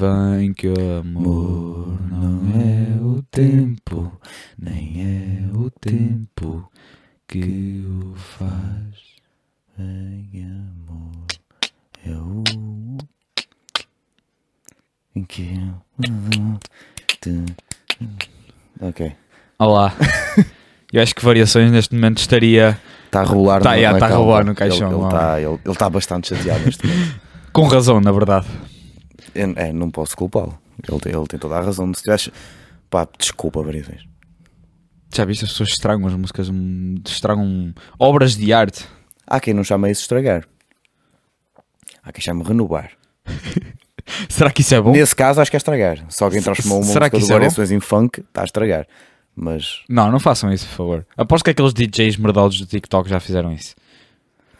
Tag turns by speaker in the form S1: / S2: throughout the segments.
S1: Vem que o amor não é o tempo, nem é o tempo que o faz.
S2: Ai, amor, é o em que Ok.
S1: Olá. Eu acho que variações neste momento estaria
S2: Está a rolar
S1: Tá, yeah, tá a
S2: cauda.
S1: rolar no caixão,
S2: Ele
S1: lá.
S2: está ele, ele tá bastante chateado neste momento.
S1: com razão, na verdade.
S2: Eu- é, não posso culpá-lo. Ele, tem- ele tem toda a razão. Se tivesse. Pá, desculpa, Variações.
S1: Já viste as pessoas estragam as músicas, hum, estragam obras de arte.
S2: Há quem não chama isso de estragar. Há quem chama renovar.
S1: Será que isso é bom?
S2: Nesse caso, acho que é estragar. Se alguém transformou uma
S1: será que
S2: música de
S1: isso é bom?
S2: variações em funk, está a estragar. Mas
S1: Não, não façam isso, por favor. Aposto que aqueles DJs merdados do TikTok já fizeram isso.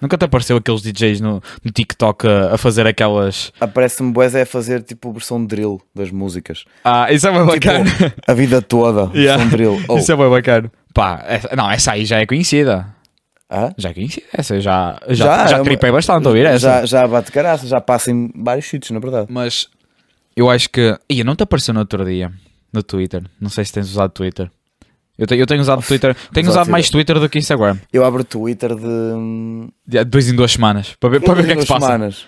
S1: Nunca te apareceu aqueles DJs no, no TikTok a, a fazer aquelas.
S2: aparece-me Boés é fazer tipo versão drill das músicas.
S1: Ah, isso é bem bacana.
S2: Tipo, a vida toda,
S1: Yeah.
S2: versão drill. Oh,
S1: Isso é bem bacana. Pá, essa- não, essa aí já é conhecida.
S2: há?
S1: Já é conhecida. Essa eu já, já,
S2: Já,
S1: já,
S2: é uma-
S1: tripei bastante Ah, a ouvir essa.
S2: já, já bate caraça, já passa em vários sítios, na verdade.
S1: Mas eu acho que. Ia, não te apareceu no outro dia no Twitter. Não sei se tens usado Twitter. Eu, te- eu tenho usado Twitter. Tenho
S2: usado
S1: usado mais Twitter do que Instagram.
S2: Eu abro o Twitter de. hum,
S1: De dois em duas semanas. Para ver, para ver o que é que se passa.
S2: Semanas.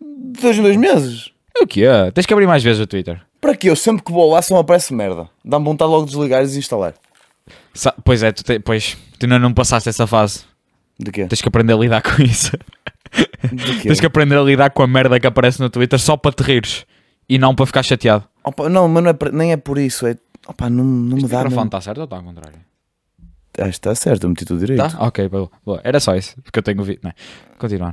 S2: De dois em dois meses.
S1: O que é? Tens que abrir mais vezes o Twitter.
S2: Para que eu sempre que vou lá só me aparece merda. Dá-me vontade logo de desligar e desinstalar.
S1: Sa- pois é, tu, te- pois, tu ainda não passaste essa fase.
S2: De quê?
S1: Tens que aprender a lidar com isso.
S2: De quê?
S1: Tens que aprender a lidar com a merda que aparece no Twitter só para te rires e não para ficar chateado.
S2: Opa, não, mas não é por- nem é por isso. É... Opa, não, não me
S1: O
S2: dá.
S1: microfone
S2: Não...
S1: está certo ou está ao contrário?
S2: Ah, está certo, eu meti tudo direito.
S1: Tá? Ok, boa, boa. Era só isso que eu tenho ouvido. Não. Continuar.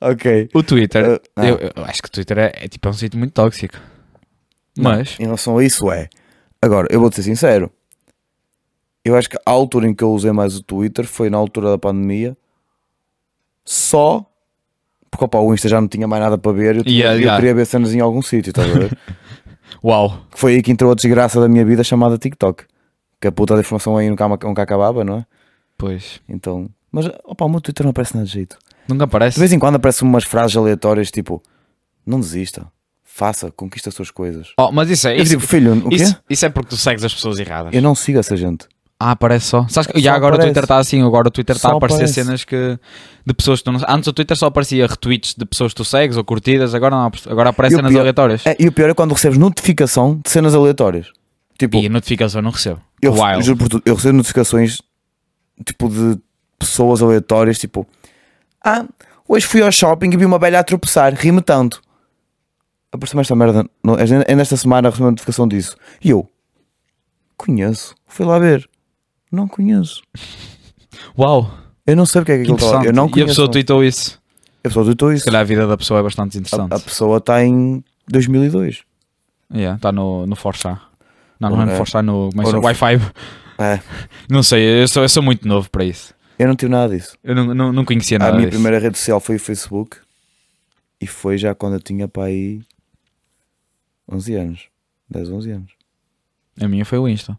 S2: Ok.
S1: O Twitter,
S2: Eh, ah.
S1: eu, eu acho que o Twitter é, é tipo é um sítio muito tóxico. Mas,
S2: Em relação a isso, é. Agora, eu vou-te ser sincero. Eu acho que a altura em que eu usei mais o Twitter foi na altura da pandemia. Só. Porque opa, o Insta já não tinha mais nada para ver. Eu, tinha-
S1: Yeah,
S2: eu
S1: yeah.
S2: queria ver cenas em algum sítio, estás a ver?
S1: uau,
S2: que foi aí que entrou a desgraça da minha vida chamada TikTok. Que a puta da informação aí nunca, nunca acabava, não é?
S1: pois,
S2: Então. Mas, opa, o meu Twitter não aparece nada de jeito.
S1: nunca
S2: De
S1: aparece.
S2: vez em quando aparecem umas frases aleatórias tipo: Não desista, faça, conquista as suas coisas.
S1: Oh, mas isso é
S2: Eu
S1: isso,
S2: tipo, filho, o quê?
S1: isso, isso é porque tu segues as pessoas erradas.
S2: Eu não sigo essa gente.
S1: Ah, aparece só. Sabes que,
S2: Só
S1: já agora
S2: aparece.
S1: o Twitter está assim, agora o Twitter está a
S2: Só
S1: aparecer
S2: aparece.
S1: cenas que de pessoas que tu não Antes o Twitter só aparecia retweets de pessoas que tu segues ou curtidas, agora não, agora aparecem
S2: E o
S1: cenas
S2: pior-
S1: aleatórias.
S2: É, e o pior é quando recebes notificação de cenas aleatórias. Tipo,
S1: E a notificação não recebo.
S2: eu,
S1: Wild.
S2: juro por tudo, eu recebo notificações tipo de pessoas aleatórias, tipo, ah, hoje fui ao shopping e vi uma velha a tropeçar, ri-me tanto. Apareceu-me esta merda, no- é nesta semana recebi uma notificação disso. E eu, conheço, fui lá ver, não conheço.
S1: Uau,
S2: Eu não sei porque é que aquilo está
S1: interessante.
S2: lá. Eu não
S1: e a
S2: conheço.
S1: pessoa tweetou isso.
S2: a pessoa tweetou
S1: Se
S2: isso.
S1: calhar a vida da pessoa é bastante
S2: A, a
S1: interessante.
S2: pessoa está em 2002.
S1: Está tá no, no Forza. Não, não é no
S2: É.
S1: Forza, no, mas
S2: Ou
S1: no
S2: no-
S1: Wi-Fi.
S2: É,
S1: Não sei, eu sou, eu sou muito novo para isso.
S2: eu não tive nada disso.
S1: Eu não, não, não conhecia
S2: Ah, A
S1: nada
S2: minha
S1: disso.
S2: primeira rede social foi o Facebook e foi já quando eu tinha para aí 11 anos, 10, 11 anos.
S1: A minha foi o Insta.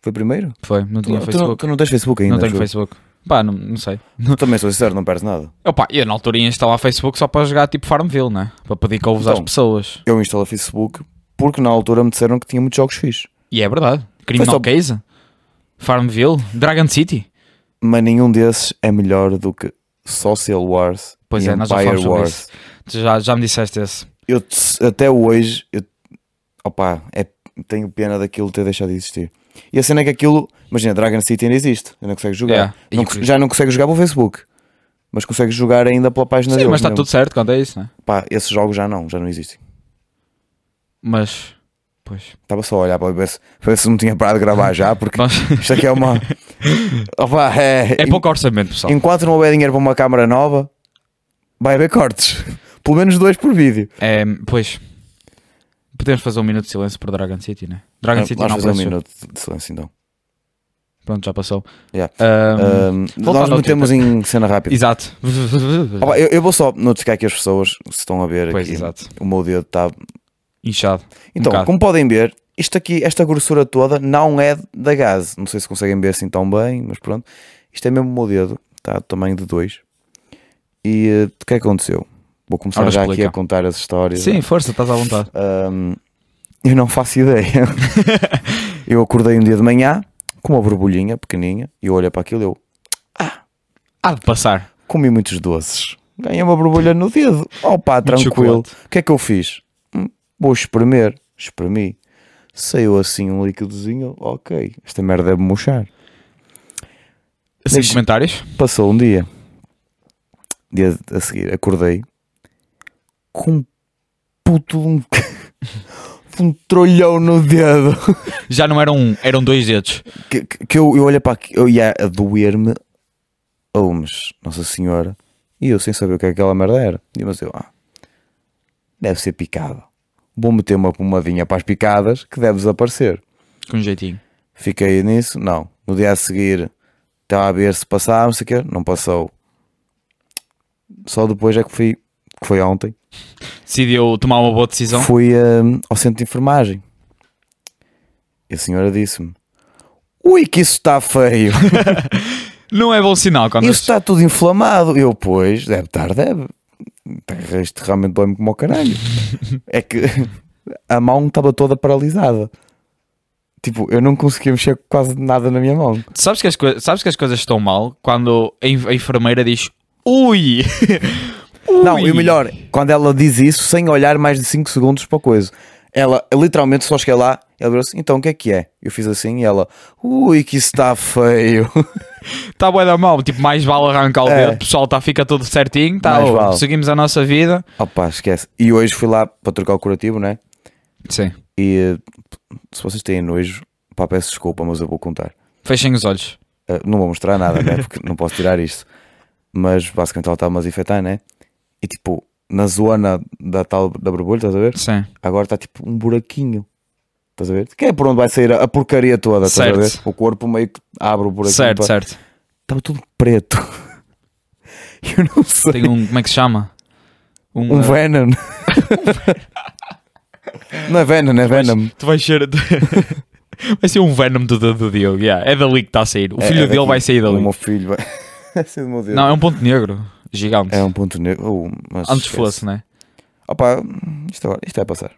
S2: Foi primeiro?
S1: Foi, não tinha
S2: tu, tu não,
S1: Facebook.
S2: tu não tens Facebook ainda?
S1: não tenho
S2: tu?
S1: Facebook. Pá, não, não sei.
S2: Eu Também sou sincero, não perdes nada.
S1: Opa, eu na altura ia instalar Facebook só para jogar tipo Farmville, né? Para pedir couves às
S2: Então.
S1: pessoas.
S2: Eu instalei Facebook porque na altura me disseram que tinha muitos jogos fixos,
S1: E é verdade. Criminal
S2: só-
S1: Case, Farmville, Dragon City.
S2: mas nenhum desses é melhor do que Social Wars
S1: Pois
S2: e
S1: é, nós já
S2: Empire
S1: falamos sobre
S2: Wars.
S1: isso. Tu já, já me disseste esse.
S2: Eu te- até hoje, eu, opa, é, tenho pena daquilo ter deixado de existir. E a cena é que aquilo, imagina, Dragon City ainda existe, ainda consegues jogar.
S1: Yeah.
S2: Não
S1: E
S2: cons-
S1: por-
S2: já não consegues jogar pelo Facebook, mas consegues jogar ainda pela página
S1: Sim,
S2: deles
S1: mas está
S2: mesmo.
S1: tudo certo quanto é isso, né?
S2: Pá, esses jogos já não, já não existem.
S1: Mas. Pois.
S2: Estava só a olhar para ver se, para ver se não tinha parado de gravar já, porque
S1: Nós-
S2: isto aqui é uma. Opa, é,
S1: É pouco orçamento, pessoal.
S2: Enquanto não houver dinheiro para uma câmara nova, vai haver cortes. Pelo menos dois por vídeo.
S1: É, pois. Podemos fazer um minuto de silêncio para Dragon City, né? Dragon City
S2: Vamos
S1: não
S2: fazer um
S1: apareceu.
S2: minuto de silêncio então.
S1: Pronto, já passou.
S2: Yeah. Ah,
S1: Ahm,
S2: Ahm,
S1: voltando
S2: nós
S1: ao
S2: metemos em cena rápida.
S1: Exato.
S2: Opa, eu, eu vou só notificar aqui as pessoas que se estão a ver
S1: Pois,
S2: aqui.
S1: exato.
S2: O meu dedo está.
S1: Inchado.
S2: Então,
S1: bocado.
S2: como podem ver, isto aqui, esta grossura toda não é da gás. Não sei se conseguem ver assim tão bem, mas pronto. tá? Isto é mesmo o meu dedo, está do tamanho de dois. E eh, o que é que aconteceu? Vou começar
S1: Ora,
S2: já aqui
S1: explica.
S2: a contar as histórias.
S1: Sim, força, estás à vontade.
S2: Ah, Ahm, eu não faço ideia. eu acordei um dia de manhã com uma borbulhinha pequeninha e eu olho para aquilo e eu
S1: Há de passar.
S2: comi muitos doces. Ganhei uma borbulha no dedo. Opa, tranquilo.
S1: chocolate.
S2: O que é que eu fiz? Hum, Vou espremer. Espremi. Saiu assim um líquidozinho. Ok, esta merda deve murchar.
S1: Sem
S2: Deixa-
S1: Assim, comentários?
S2: Passou um dia. Dia a seguir, acordei com um puto de um, de um trolhão no dedo.
S1: Já não eram um, eram dois dedos.
S2: Que, que- que eu, eu olho para aqui, eu ia a doer-me. Oh, mas Nossa Senhora. E eu sem saber o que é que aquela merda era. E mas eu, ah, deve ser picada. Vou meter uma pomadinha para as picadas que deve desaparecer.
S1: Com um jeitinho.
S2: Fiquei nisso, não. No dia a seguir estava a ver se passava, não sei o quê, não passou. Só depois é que fui, que foi ontem,
S1: Decidiu tomar uma boa decisão.
S2: fui hum, ao centro de enfermagem. E a senhora disse-me: Ui, que isso está feio!
S1: Não é bom sinal quando.
S2: Isso está tudo inflamado. Eu, pois, deve estar, deve. Isto realmente dói-me como ao caralho. é que a mão estava toda paralisada. Tipo, eu não conseguia mexer quase nada na minha mão.
S1: Sabes, que as coi- Sabes que as coisas estão mal quando a, en- a enfermeira diz ui. Ui!
S2: Não, e o melhor, quando ela diz isso, sem olhar mais de 5 segundos para a coisa. Ela literalmente só cheguei lá, ela virou assim: então o que é que é? Eu fiz assim e ela, ui, que isso está feio.
S1: Está bué da mal, tipo, mais vale arrancar o
S2: É.
S1: dedo, o pessoal tá, fica tudo certinho, tá,
S2: Mais
S1: ó,
S2: vale.
S1: seguimos a nossa vida.
S2: Opa, esquece. E hoje fui lá para trocar o curativo, né?
S1: Sim.
S2: E eh, se vocês têm nojo, pá, peço desculpa, mas eu vou contar.
S1: Fechem os olhos.
S2: Uh, não vou mostrar nada, né? Porque não posso tirar isto. Mas basicamente ela estava-me a desinfetar, né? E tipo, na zona da tal da borbulha, estás a ver?
S1: Sim.
S2: Agora está tipo um buraquinho. Estás a ver? Que é por onde vai sair a, a porcaria toda, estás a ver?
S1: Certo.
S2: O corpo meio que abre o buraquinho.
S1: certo,
S2: pá.
S1: certo.
S2: Estava tudo preto. Eu não sei.
S1: Tem um. Como é que se chama?
S2: Um
S1: uh,
S2: Venom. não é Venom, é Venom.
S1: Tu vais ser. vai ser um Venom do dedo do Diogo. yeah. É dali que está a sair. O filho
S2: É- é
S1: dele
S2: daqui.
S1: vai sair dali.
S2: O meu filho vai. vai ser do meu dedo.
S1: Não, é um ponto negro. Gigante.
S2: É um ponto negro. Oh, mas
S1: Antes
S2: esquece.
S1: fosse, né?
S2: Opa, isto, agora- isto é passar.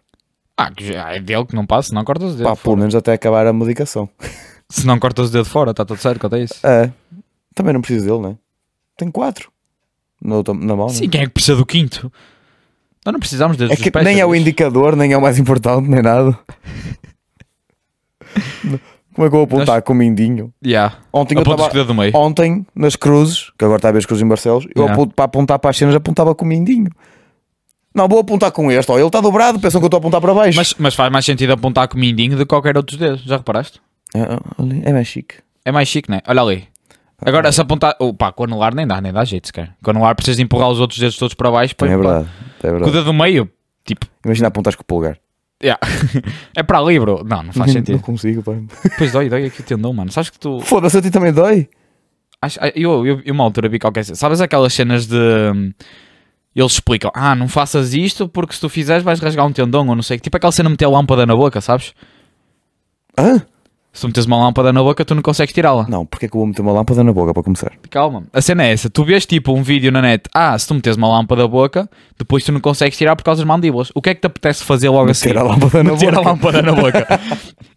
S1: Ah, que já- é dele que não passa, não corta os dedos.
S2: Pá, pelo menos até acabar a medicação.
S1: Se não corta os dedos fora, está tudo certo, conta isso.
S2: É. Também não preciso dele, né? Tenho quatro. Na, outra- na mão, né?
S1: Sim, quem é que precisa do quinto? Nós não precisamos dedos
S2: É
S1: dos
S2: que
S1: pés.
S2: nem é o
S1: sabes?
S2: indicador, nem é o mais importante, nem nada. Como é que eu vou apontar com o mindinho?
S1: Yeah.
S2: Ontem eu
S1: Apontas
S2: estava.
S1: com o dedo do meio.
S2: Ontem, nas cruzes, que agora está a ver as cruzes em Barcelos, eu
S1: Yeah.
S2: aponto- para apontar para as cenas apontava com o mindinho. Não, vou apontar com este, ó. Ele está dobrado, pensam que eu estou a apontar para baixo.
S1: Mas, mas faz mais sentido apontar com o mindinho do que qualquer outro dedo, já reparaste?
S2: É, é mais chique.
S1: É mais chique, né? Olha ali. Agora, se apontar. Oh, pá, com o anular nem dá, nem dá jeito sequer. Com o anular precisas de empurrar os outros dedos todos para baixo para
S2: Também é
S1: empurrar.
S2: verdade. É
S1: Com o
S2: verdade.
S1: dedo do meio, tipo,
S2: Imagina apontares com o polegar.
S1: yeah. é para ali, bro. Não, não faz
S2: Não
S1: sentido.
S2: consigo, pá.
S1: Depois dói, dói aqui o tendão, mano. Sabes que tu.
S2: Foda-se, a ti também dói?
S1: Acho- ah, eu, eu, eu uma altura vi qualquer cena. Sabes aquelas cenas de. hum, Eles explicam, ah, não faças isto porque se tu fizeres vais rasgar um tendão ou não sei. o quê. Tipo aquela cena de meter a lâmpada na boca, sabes?
S2: Hã?
S1: Se tu metes uma lâmpada na boca, tu não consegues tirá-la.
S2: Não, porque é que eu vou meter uma lâmpada na boca para começar?
S1: Calma. A cena é essa. Tu vês tipo um vídeo na net, ah, se tu metes uma lâmpada na boca, depois tu não consegues tirar por causa das mandíbulas. O que é que te apetece fazer logo assim?
S2: Meter a lâmpada na
S1: Meter
S2: boca.
S1: a lâmpada na boca.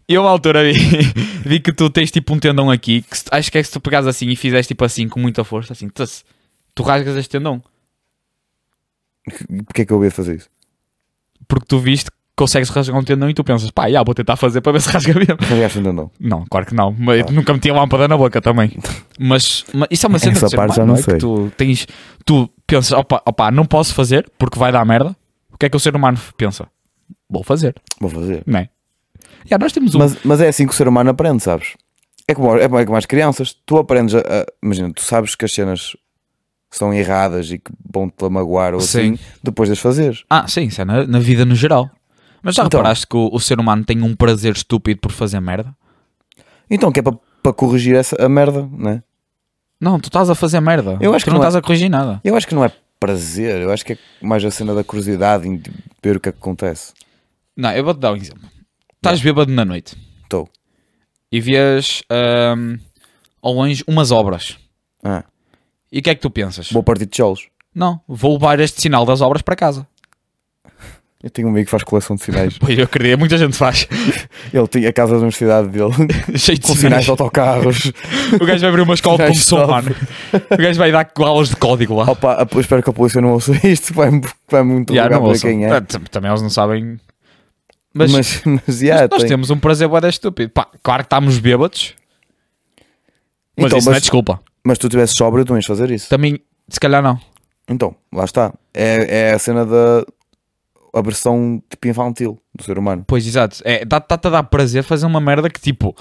S1: E eu, uma altura, vi, vi que tu tens tipo um tendão aqui. Que se- acho que é que se tu pegares assim e fizeres tipo assim com muita força, assim, tuss, tu rasgas este tendão.
S2: Porquê é que eu ia fazer isso?
S1: porque tu viste que consegues rasgar um tendão e tu pensas, pá, já, vou tentar fazer para ver se rasga mesmo.
S2: Rasgaste um tendão.
S1: Não, claro que não, mas nunca meti a lâmpada na boca também. Mas, mas isso é uma cena
S2: Essa
S1: que, mano,
S2: parte já não
S1: é que
S2: sei.
S1: tu tens, tu pensas, opa, opa, não posso fazer porque vai dar merda. O que é que o ser humano pensa? Vou fazer,
S2: Vou fazer.
S1: não é? Já, nós temos um.
S2: Mas, mas é assim que o ser humano aprende, sabes? É como, é como as crianças. Tu aprendes a, a- Imagina, tu sabes que as cenas são erradas e que vão-te magoar ou assim, depois de as fazer.
S1: Ah, sim, isso é na, na vida no geral. Mas já
S2: Então.
S1: reparaste que o, o ser humano tem um prazer estúpido por fazer merda?
S2: Então, que é para para corrigir essa, a merda, né?
S1: Não, tu estás a fazer merda.
S2: Eu acho
S1: tu
S2: que
S1: não
S2: não é.
S1: estás a corrigir nada.
S2: Eu acho que não é prazer, eu acho que é mais a cena da curiosidade em ver o que é que acontece.
S1: Não, eu vou-te dar um exemplo. Estás bêbado na noite.
S2: Estou.
S1: e vias ahm, ao longe umas obras.
S2: Ah,
S1: E o que é que tu pensas?
S2: vou partir de tijolos.
S1: Não, vou levar este sinal das obras para casa.
S2: Eu tenho um amigo que faz coleção de sinais.
S1: Pois eu acredito, muita gente faz.
S2: Ele tem a casa da universidade dele
S1: Cheio de
S2: com sinais
S1: sinais.
S2: de autocarros.
S1: O gajo vai abrir uma escola de
S2: Sinais
S1: condução,
S2: de
S1: mano. O gajo vai dar aulas de código lá.
S2: Opa, a- eu espero que a polícia não ouça isto, vai, vai muito
S1: Já,
S2: yeah,
S1: não
S2: para
S1: ouçam.
S2: quem é.
S1: Ah, tam- Também eles não sabem. Mas,
S2: Mas,
S1: mas
S2: mas, yeah,
S1: nós
S2: tem.
S1: temos um prazer bué da estúpido. Pá, claro que estamos bêbados, mas
S2: Então,
S1: isso não é
S2: mas,
S1: desculpa.
S2: mas tu tivesse sóbrio, tu ias fazer isso.
S1: Também, se calhar não.
S2: Então, lá está. É, é a cena da a versão tipo infantil do ser humano.
S1: Pois, exato. É, dá- Dá-te a dar prazer fazer uma merda que tipo,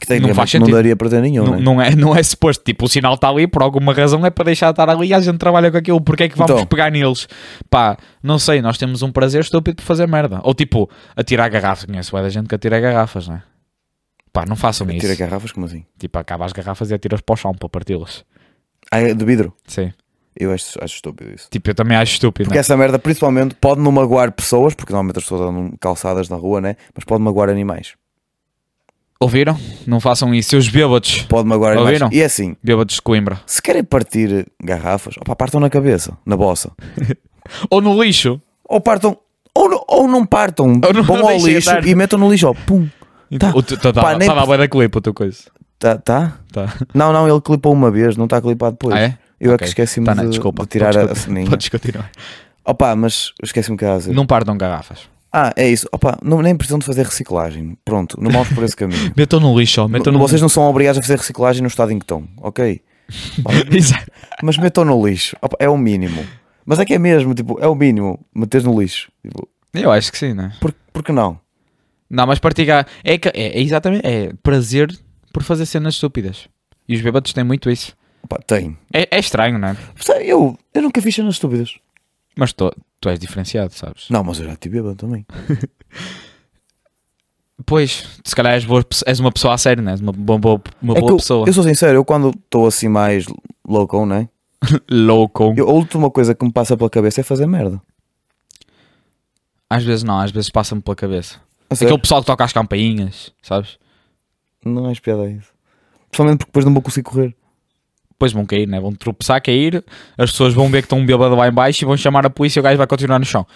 S2: Que
S1: Não faz
S2: tecnicamente não
S1: sentido.
S2: daria para ter nenhum.
S1: não,
S2: né?
S1: não é, não é suposto. Tipo, o sinal está ali, por alguma razão é para deixar de estar ali e a gente trabalha com aquilo. Porque é que vamos
S2: Então.
S1: pegar neles? Pá, não sei, nós temos um prazer estúpido por fazer merda. Ou tipo, atirar garrafas. Conheço bué da gente que atira garrafas, não é? Pá, não façam é isso.
S2: Tira garrafas, como assim?
S1: Tipo, acaba as garrafas e atiras para o chão para parti-las.
S2: Ah, é de vidro.
S1: Sim.
S2: Eu acho, acho estúpido isso.
S1: Tipo, eu também acho estúpido.
S2: Porque
S1: né?
S2: é- essa merda, principalmente, pode não magoar pessoas, porque normalmente as pessoas andam calçadas na rua, né? Mas pode magoar animais.
S1: Ouviram? Não façam isso. Seus bêbados.
S2: Pode magoar animais.
S1: Ouviram?
S2: E é assim,
S1: Bêbados de Coimbra.
S2: se querem partir garrafas, opa, partam na cabeça, na bossa.
S1: Ou no lixo.
S2: Ou partam, ou, não- ou não partam,
S1: Ou não-
S2: vão
S1: não
S2: ao
S1: deixem
S2: lixo
S1: andar.
S2: e metam no lixo, ó, pum. Tá.
S1: O teu- tá- tá-
S2: Pá, nem-
S1: tá lá bué da clipe o teu coisa.
S2: Tá, tá?
S1: Tá.
S2: Não, não, ele clipou uma vez, não está a clipar depois.
S1: Ah, é?
S2: Eu é que
S1: Ok.
S2: esqueci-me
S1: Tá,
S2: de,
S1: né? Desculpa.
S2: de tirar
S1: Podes
S2: a
S1: continuar.
S2: ceninha.
S1: Podes continuar.
S2: Opa, mas eu esqueci-me que era a dizer.
S1: Não partam garrafas.
S2: Ah, é isso. Opa, não, nem precisam de fazer reciclagem. Pronto, não vamos por esse caminho.
S1: Metam no lixo. ó. Metam no
S2: Vocês não são obrigados a fazer reciclagem no estado em que estão, ok?
S1: Exato.
S2: Mas metam no lixo. Opa, é o mínimo. Mas é que é mesmo, tipo, é o mínimo. Meter no lixo. Tipo,
S1: Eu acho que sim, né?
S2: por, por que não?
S1: Não, mas partilhar. É, que- é, é exatamente. É prazer por fazer cenas estúpidas. E os bêbados têm muito isso.
S2: Opa, tem.
S1: É, é estranho, não é?
S2: Sabe, Eu, eu nunca fiz cenas estúpidas.
S1: Mas tu, tu és diferenciado, sabes?
S2: Não, mas eu já tive bêbado também.
S1: Pois, se calhar és, boa pe- és uma pessoa a sério, não é? És uma, boa, boa- uma
S2: É que
S1: boa
S2: eu,
S1: pessoa.
S2: eu sou sincero, eu quando estou assim mais louco, né?
S1: Louco.
S2: Eu, a última coisa que me passa pela cabeça é fazer merda.
S1: Às vezes não, às vezes passa-me pela cabeça.
S2: A sério,
S1: Aquele pessoal que toca as campainhas, sabes?
S2: Não acho piada a isso. Principalmente porque depois não vou conseguir correr.
S1: Depois vão cair, né? Vão tropeçar, cair. As pessoas vão ver que estão um bêbado lá em baixo e vão chamar a polícia e o gajo vai continuar no chão.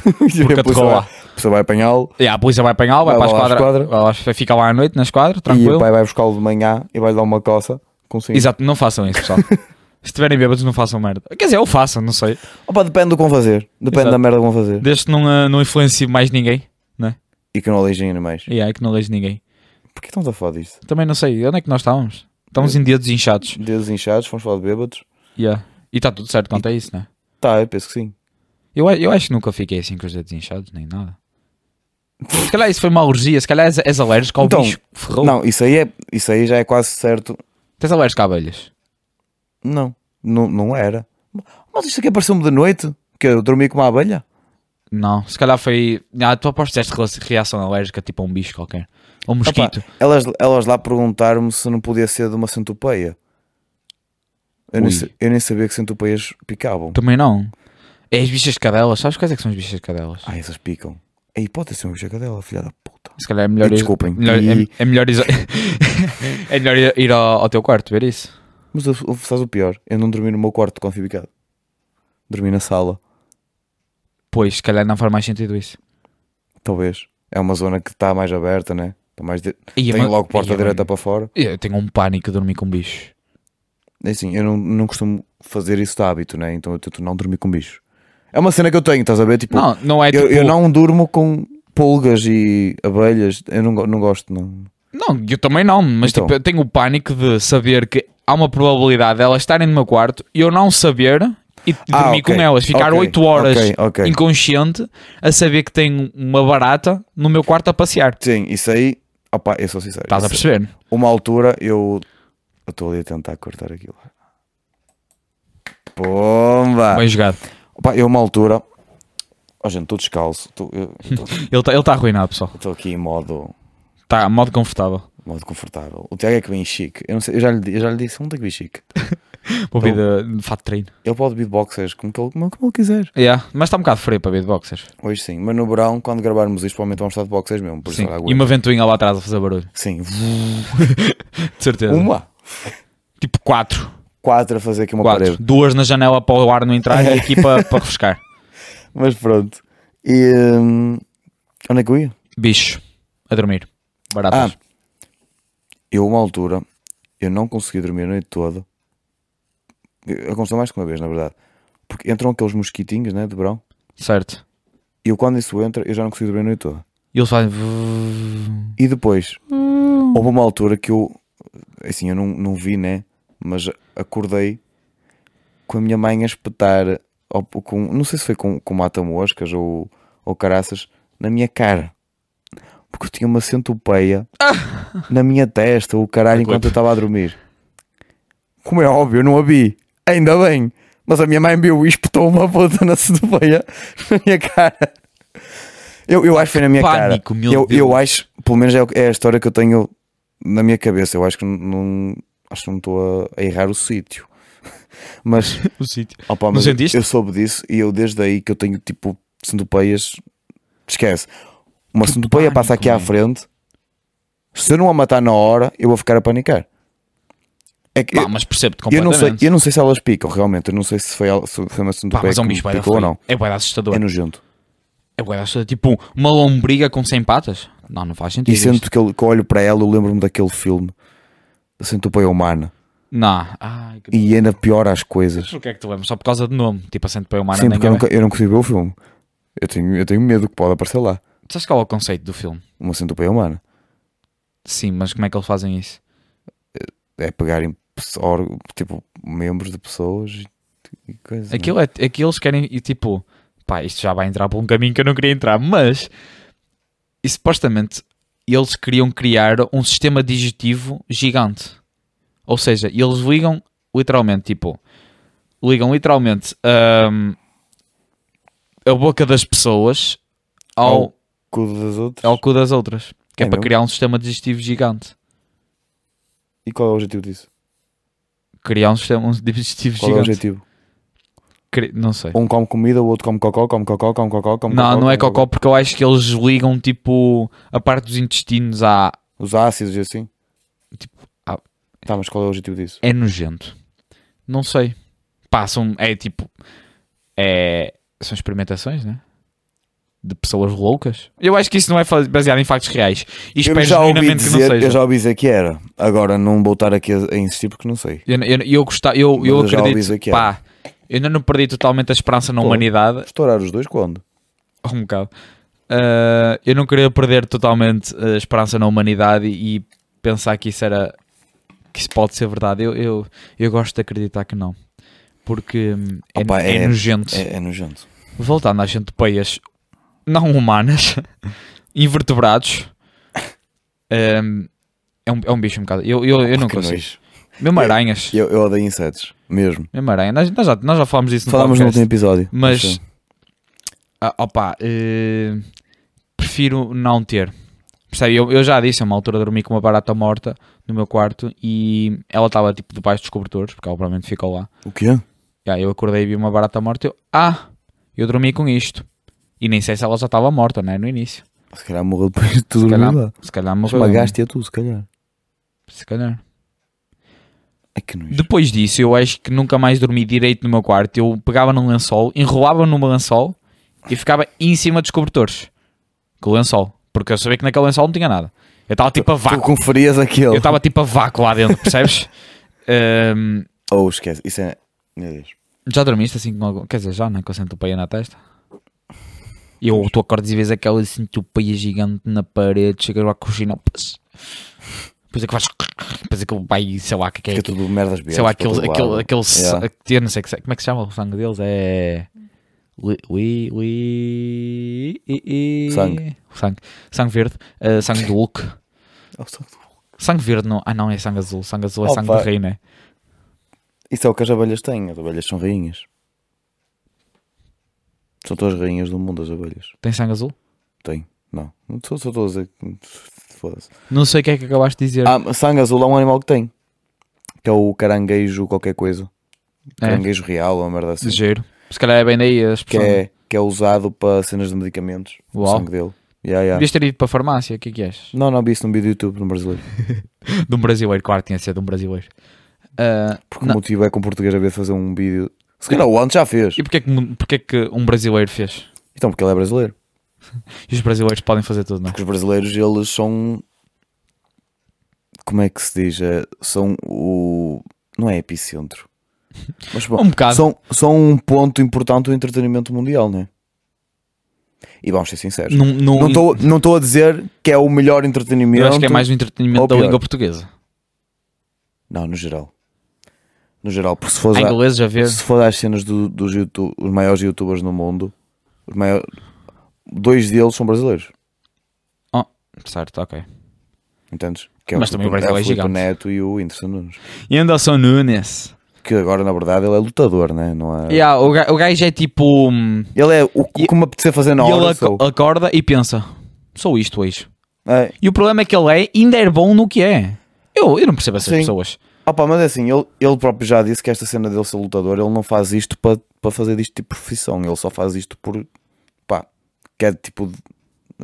S2: Porque
S1: a pessoa-
S2: Você vai apanhá-lo
S1: E a polícia vai apanhá-lo, vai,
S2: Vai
S1: para
S2: lá
S1: a
S2: à
S1: esquadra. vai lá- Fica lá à noite na esquadra,
S2: e o
S1: tranquilo.
S2: pai vai buscá-lo de manhã e vai lhe dar uma coça com cinco.
S1: Exato, não façam isso, pessoal. Se estiverem bêbados, não façam merda. Quer dizer, eu faço, não sei.
S2: Opa, depende do que vão fazer. Depende
S1: Exato.
S2: da merda que vão fazer.
S1: Desde que não, ah, não influencie mais ninguém.
S2: E que não aleijem animais.
S1: E é que não leis ninguém.
S2: Porquê estamos a falar disto?
S1: Também não sei, onde é que nós estávamos? Estamos em dia dos inchados.
S2: Dedos inchados, fomos falar de bêbados.
S1: Yeah. E está tudo certo quanto a isso, né?
S2: Tá, eu penso que sim.
S1: Eu, a- eu acho que nunca fiquei assim com os dedos inchados, nem nada. Se calhar isso foi uma alergia, se calhar és, és alérgico ao
S2: Então,
S1: bicho. Ferrou.
S2: Não, isso aí, é, isso aí já é quase certo.
S1: Tens alérgico a abelhas.
S2: Não, não, não era. Mas isto aqui apareceu-me de noite. Que eu dormi com uma abelha.
S1: Não, se calhar foi. Ah, tu apostas tiveste rela- reação alérgica tipo a um bicho qualquer. Ou um mosquito.
S2: Opa, elas, elas lá perguntaram-me se não podia ser de uma centopeia. Eu nem,
S1: Ui.
S2: sa- eu nem sabia que centopeias picavam.
S1: Também não. É as bichas de cadelas. Sabes quais é que são as bichas de cadelas?
S2: Ah, essas picam. Aí pode ser um bicho dela, filha da puta.
S1: Se calhar é melhor.
S2: E desculpem,
S1: melhor-
S2: e-
S1: é, é melhor iso- é melhor ir, ir ao, ao teu quarto ver isso.
S2: Mas eu- eu- sabes o pior? Eu não dormi no meu quarto confibicado. Dormi na sala,
S1: Pois, se calhar não faz mais sentido isso.
S2: talvez. É uma zona que está mais aberta, né? Tá mais de-
S1: E
S2: Tem
S1: uma-
S2: logo porta
S1: e é uma-
S2: direita para fora.
S1: Eu tenho um pânico de dormir com bichos.
S2: É assim, eu não, não costumo fazer isso de hábito, né? Então eu tento não dormir com bicho. É uma cena que eu tenho, estás a ver? Tipo,
S1: Não, não é tipo.
S2: eu, eu não durmo com pulgas e abelhas. Eu não, go- não gosto, não.
S1: Não, eu também não, mas
S2: Então.
S1: tipo, eu tenho o pânico de saber que há uma probabilidade delas estarem no meu quarto e eu não saber e
S2: Ah,
S1: dormir
S2: ok,
S1: com elas, ficar
S2: ok,
S1: 8 horas
S2: ok, ok.
S1: inconsciente a saber que tenho uma barata no meu quarto a passear.
S2: Sim, isso aí. Opa, eu sou sincero.
S1: Estás a
S2: isso-
S1: perceber?
S2: Uma altura eu. Eu estou ali a tentar cortar aquilo. Pomba!
S1: Bem jogado.
S2: Opa, eu, uma altura. Ó, gente, estou descalço. Estou eu-
S1: Ele está ele tá arruinado, pessoal.
S2: estou aqui em modo,
S1: Está modo confortável.
S2: modo confortável. O Tiago é que vem chique. Eu, não sei, eu, já lhe, eu já lhe disse onde é que vem chique.
S1: Vou vir de, de fato de treino.
S2: Ele pode vir de boxers como, que ele- como, como ele quiser.
S1: Yeah, mas está um bocado frio para ver de boxers.
S2: Hoje sim, mas no verão, quando gravarmos isto, provavelmente vamos estar de boxers mesmo. Por
S1: Sim.
S2: isso, olha,
S1: E
S2: aguenta.
S1: uma ventoinha lá atrás a fazer barulho.
S2: Sim,
S1: De certeza.
S2: uma.
S1: Tipo 4.
S2: quatro a fazer aqui uma
S1: Quatro.
S2: parede.
S1: Duas na janela para o ar não entrar e aqui para, para refrescar.
S2: Mas pronto. E hum, onde é que eu ia?
S1: Bicho. A dormir.
S2: Ah,
S1: Baratas.
S2: eu uma altura, eu não consegui dormir a noite toda. Eu- Aconteceu mais que uma vez, na verdade. Porque entram aqueles mosquitinhos, né, de verão.
S1: Certo.
S2: E eu quando isso entra, eu já não consigo dormir a noite toda.
S1: E eles fazem.
S2: E depois, houve uma altura que eu, assim, eu não, não vi, né? Mas acordei com a minha mãe a espetar, ou com, não sei se foi com, com mata-moscas ou, ou caraças, na minha cara. Porque eu tinha uma centopeia na minha testa, o caralho, enquanto eu estava a dormir. Como é óbvio, eu não a vi. Ainda bem. Mas a minha mãe viu e espetou uma puta na centopeia na minha cara. Eu, eu acho que foi na minha cara
S1: Pânico, meu
S2: eu,
S1: Deus.
S2: eu acho, pelo menos é, o- é a história que eu tenho na minha cabeça. Eu acho que não acho que não estou a, a errar o sítio. Mas,
S1: O sítio.
S2: opa,
S1: Não
S2: mas eu,
S1: sentiste?
S2: eu soube disso e eu desde aí que eu tenho tipo centopeias. Esquece. Uma centopeia
S1: pânico,
S2: passa aqui à
S1: mano.
S2: frente. Se eu não a matar na hora, eu vou ficar a panicar. É que
S1: Pá,
S2: eu-
S1: mas percebo-te
S2: eu, não
S1: completamente.
S2: sei, eu não sei se elas picam realmente. Eu não sei se foi, al- se foi
S1: Pá,
S2: uma centopeia
S1: mas é um
S2: que
S1: bicho bué da
S2: picou ou
S1: feio.
S2: não.
S1: É bué da assustador.
S2: É nojento.
S1: É bué da assustador. Tipo, uma lombriga com 100 patas? Não, não faz sentido.
S2: E
S1: isto.
S2: sendo que eu, que eu olho para ela, eu lembro-me daquele filme Centopeia Humana.
S1: Não. Ai, que...
S2: né? E ainda piora as coisas.
S1: Porquê é que tu lembras? Só por causa do nome. Tipo, a Centopeia Humana
S2: Sim,
S1: nem
S2: porque eu, um
S1: é
S2: nunca, eu não consigo ver o filme. Eu tenho, eu tenho medo que pode aparecer lá.
S1: bem. Sabes qual é o conceito do filme?
S2: Uma centopeia humana.
S1: Sim, mas como é que eles fazem isso?
S2: É pegarem pesso- or- tipo, membros de pessoas e, e coisas. né?
S1: Aquilo é, aqueles querem e tipo, pá, isto já vai entrar por um caminho que eu não queria entrar, mas e supostamente eles queriam criar um sistema digestivo gigante. Ou seja, eles ligam literalmente, tipo, ligam literalmente hum, a boca das pessoas ao,
S2: Ao- não é? Cu das outras.
S1: ao cu das outras. Que é,
S2: É
S1: para
S2: mesmo?
S1: criar um sistema digestivo gigante.
S2: E qual é o objetivo disso?
S1: Criar um sistema um digestivo
S2: Qual é o
S1: gigante.
S2: objetivo?
S1: Cri- Não sei.
S2: Um come comida, o outro come cocó, come cocó, come cocó, come
S1: Não,
S2: cocó,
S1: não é
S2: come
S1: cocó porque eu acho que eles ligam tipo a parte dos intestinos à.
S2: Os ácidos e assim.
S1: Tipo, ah.
S2: Tá, mas qual é o objetivo disso?
S1: É nojento. Não sei. Passam. É tipo. É. São experimentações, né? De pessoas loucas. Eu acho que isso não é fa- baseado em factos reais. E
S2: Eu
S1: espero
S2: já, ouvi
S1: genuinamente que não
S2: dizer,
S1: seja.
S2: eu
S1: Eu,
S2: já ouvi dizer que era. Agora não vou estar aqui a, a insistir porque não sei.
S1: eu, eu, gostava- eu,
S2: Mas
S1: eu
S2: eu já ouvi dizer
S1: acredito.
S2: que era.
S1: Pá, eu ainda não perdi totalmente a esperança na
S2: Pô.
S1: humanidade.
S2: Estourar os dois quando?
S1: um bocado. Ah, eu não queria perder totalmente a esperança na humanidade e, e pensar que isso era que isso pode ser verdade. Eu, eu, eu gosto de acreditar que não, porque hum, é,
S2: Opa,
S1: é,
S2: é-
S1: nojento.
S2: É, é nojento.
S1: Voltando às centopeias não humanas, invertebrados, hum, é, um, é um bicho um bocado. Eu, eu, eu não
S2: Que
S1: consigo.
S2: nojo.
S1: Mesmo aranhas.
S2: Eu, eu odeio insetos, mesmo.
S1: Mesmo aranha. Nós, nós já, nós já falámos disso no
S2: Falámos no
S1: podcast.
S2: último episódio.
S1: Mas
S2: Sim.
S1: ah, opa, eh, prefiro não ter. Percebe? Eu, eu já disse, a uma altura dormi com uma barata morta no meu quarto e ela estava tipo debaixo dos cobertores, porque ela provavelmente ficou lá.
S2: O quê?
S1: E aí eu acordei e vi uma barata morta e eu, ah, eu dormi com isto. E nem sei se ela já estava morta, né? No início.
S2: Se calhar morreu depois de tudo
S1: Se calhar,
S2: lá.
S1: se calhar morreu.
S2: Esmagaste-a tu, se calhar.
S1: Se calhar.
S2: É que nojo.
S1: Depois disso, eu acho que nunca mais dormi direito no meu quarto. Eu pegava num lençol, enrolava num lençol e ficava em cima dos cobertores com o lençol, porque eu sabia que naquele lençol não tinha nada. Eu estava tipo a
S2: Tu
S1: vácuo,
S2: conferias
S1: eu
S2: aquele.
S1: estava tipo a vácuo lá dentro, percebes? Ahm,
S2: Ou esquece. Isso é. Meu Deus.
S1: já dormiste assim com algum... Quer dizer, já, né? Com a centopeia na testa? E eu tu acordas e vês aquela centopeia gigante na parede, chegas lá à cozinha, pss. depois é que faz. Depois é que vai, sei lá, o que é
S2: Fica
S1: aquilo.
S2: tudo merdas verdes.
S1: sei lá,
S2: para
S1: aquele,
S2: todo
S1: aquele,
S2: lado.
S1: aquele sa-
S2: Yeah.
S1: eu não sei que sa- como é que se chama o sangue deles, é li, li, li, i- i-
S2: Sangue.
S1: sangue, sangue verde, eh, sangue do Hulk,
S2: Oh, só-
S1: sangue verde não, ah não, é sangue azul, sangue azul é
S2: Opa.
S1: sangue do rei, né?
S2: Isso é o que as abelhas têm. As abelhas são rainhas. São todas rainhas do mundo, as abelhas.
S1: Tem sangue azul?
S2: Tem. Não. Não sou sou todas. a- Foda-se.
S1: Não sei o que é que acabaste de dizer.
S2: Ah, sangue azul é um animal que tem. Que é o caranguejo qualquer coisa.
S1: é,
S2: Caranguejo real ou uma merda assim.
S1: sujeiro. Se calhar é bem daí as
S2: Que
S1: pessoas.
S2: é, que é usado para cenas de medicamentos. O
S1: Uau.
S2: sangue dele. Yeah, yeah.
S1: Devias ter ido para a farmácia, o que é que és?
S2: Não, não vi isso num vídeo do YouTube no brasileiro.
S1: De um brasileiro, claro, tinha de ser de um brasileiro. Ah,
S2: Porque
S1: Não.
S2: o motivo é que um português a ver fazer um vídeo. Se calhar o Ant já fez.
S1: e porquê que, mu- porquê que um brasileiro fez?
S2: Então, porque ele é brasileiro.
S1: E os brasileiros podem fazer tudo, não é?
S2: Porque os brasileiros, eles são. Como é que se diz? É, São o. Não é epicentro. Mas bom,
S1: Um bocado.
S2: são, são um ponto importante do entretenimento mundial, não é? E vamos ser sinceros.
S1: Num- num-
S2: Não estou não tô a dizer que é o melhor entretenimento.
S1: eu acho que é mais o entretenimento
S2: ou
S1: da
S2: pior.
S1: língua portuguesa.
S2: Não, no geral. No geral, porque se for
S1: Há
S2: a-
S1: ingleses a ver.
S2: Se for às cenas do- dos YouTube, os maiores youtubers no mundo, os maiores, dois deles são brasileiros,
S1: Certo, ok.
S2: entendes?
S1: Mas também o
S2: Filipe-
S1: brasileiro é
S2: Filipe
S1: gigante.
S2: Neto e o Anderson Nunes.
S1: E Anderson Nunes.
S2: Que agora, na verdade, ele é lutador, né? não é?
S1: Yeah, o, ga- o gajo é tipo. hum,
S2: Ele é o que
S1: E-
S2: me apetecer fazer na
S1: e ele
S2: hora.
S1: aco-
S2: sou.
S1: acorda e pensa: sou isto hoje.
S2: É.
S1: E o problema é que ele é, ainda é bom no que é. Eu, eu não percebo essas
S2: Sim.
S1: pessoas.
S2: Opa, mas é assim, ele, ele próprio já disse que esta cena dele ser lutador, ele não faz isto para para fazer disto tipo profissão, ele só faz isto por pá, quer tipo de-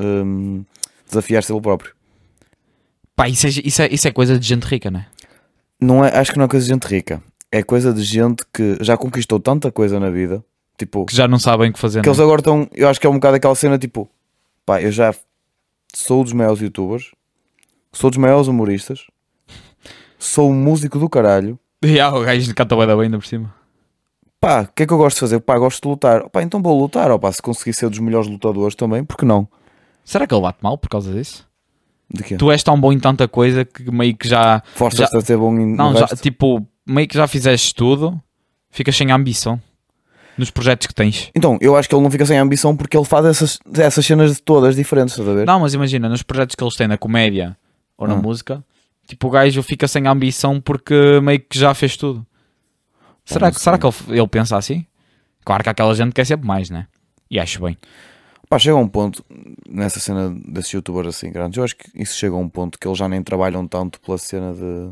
S2: hum, desafiar-se ele próprio.
S1: Pá, isso é, isso é- isso é coisa de gente rica, não é?
S2: não é, acho que não é coisa de gente rica. É coisa de gente que já conquistou tanta coisa na vida. Tipo,
S1: Que já não sabem o que fazer.
S2: que
S1: não é?
S2: eles agora estão. Eu acho que é um bocado aquela cena tipo, pá, eu já sou dos maiores youtubers, sou dos maiores humoristas, sou um músico do caralho.
S1: é? Yeah, o gajo canta bué da bem ainda por cima.
S2: Pá, o que é que eu gosto de fazer? Pá, gosto de lutar. Pá, então vou lutar. Ó, pá, se conseguir ser dos melhores lutadores também, por que não?
S1: Será que ele bate mal por causa disso?
S2: De quê?
S1: Tu és tão bom em tanta coisa que meio que já.
S2: Forças-te a ser bom em.
S1: Não,
S2: no
S1: já,
S2: resto?
S1: tipo, meio que já fizeste tudo, ficas sem ambição nos projetos que tens.
S2: Então, eu acho que ele não fica sem ambição porque ele faz essas, essas cenas todas diferentes, estás a ver?
S1: Não, mas imagina, nos projetos que eles têm na comédia ou na
S2: Hum.
S1: música, tipo, o gajo fica sem ambição porque meio que já fez tudo. Será,
S2: não
S1: que, será que ele, ele pensa assim? Claro que aquela gente quer sempre mais, né? E acho bem.
S2: Pá, chega a um ponto nessa cena desses youtubers assim grandes. Eu acho que isso chega a um ponto que eles já nem trabalham tanto pela cena de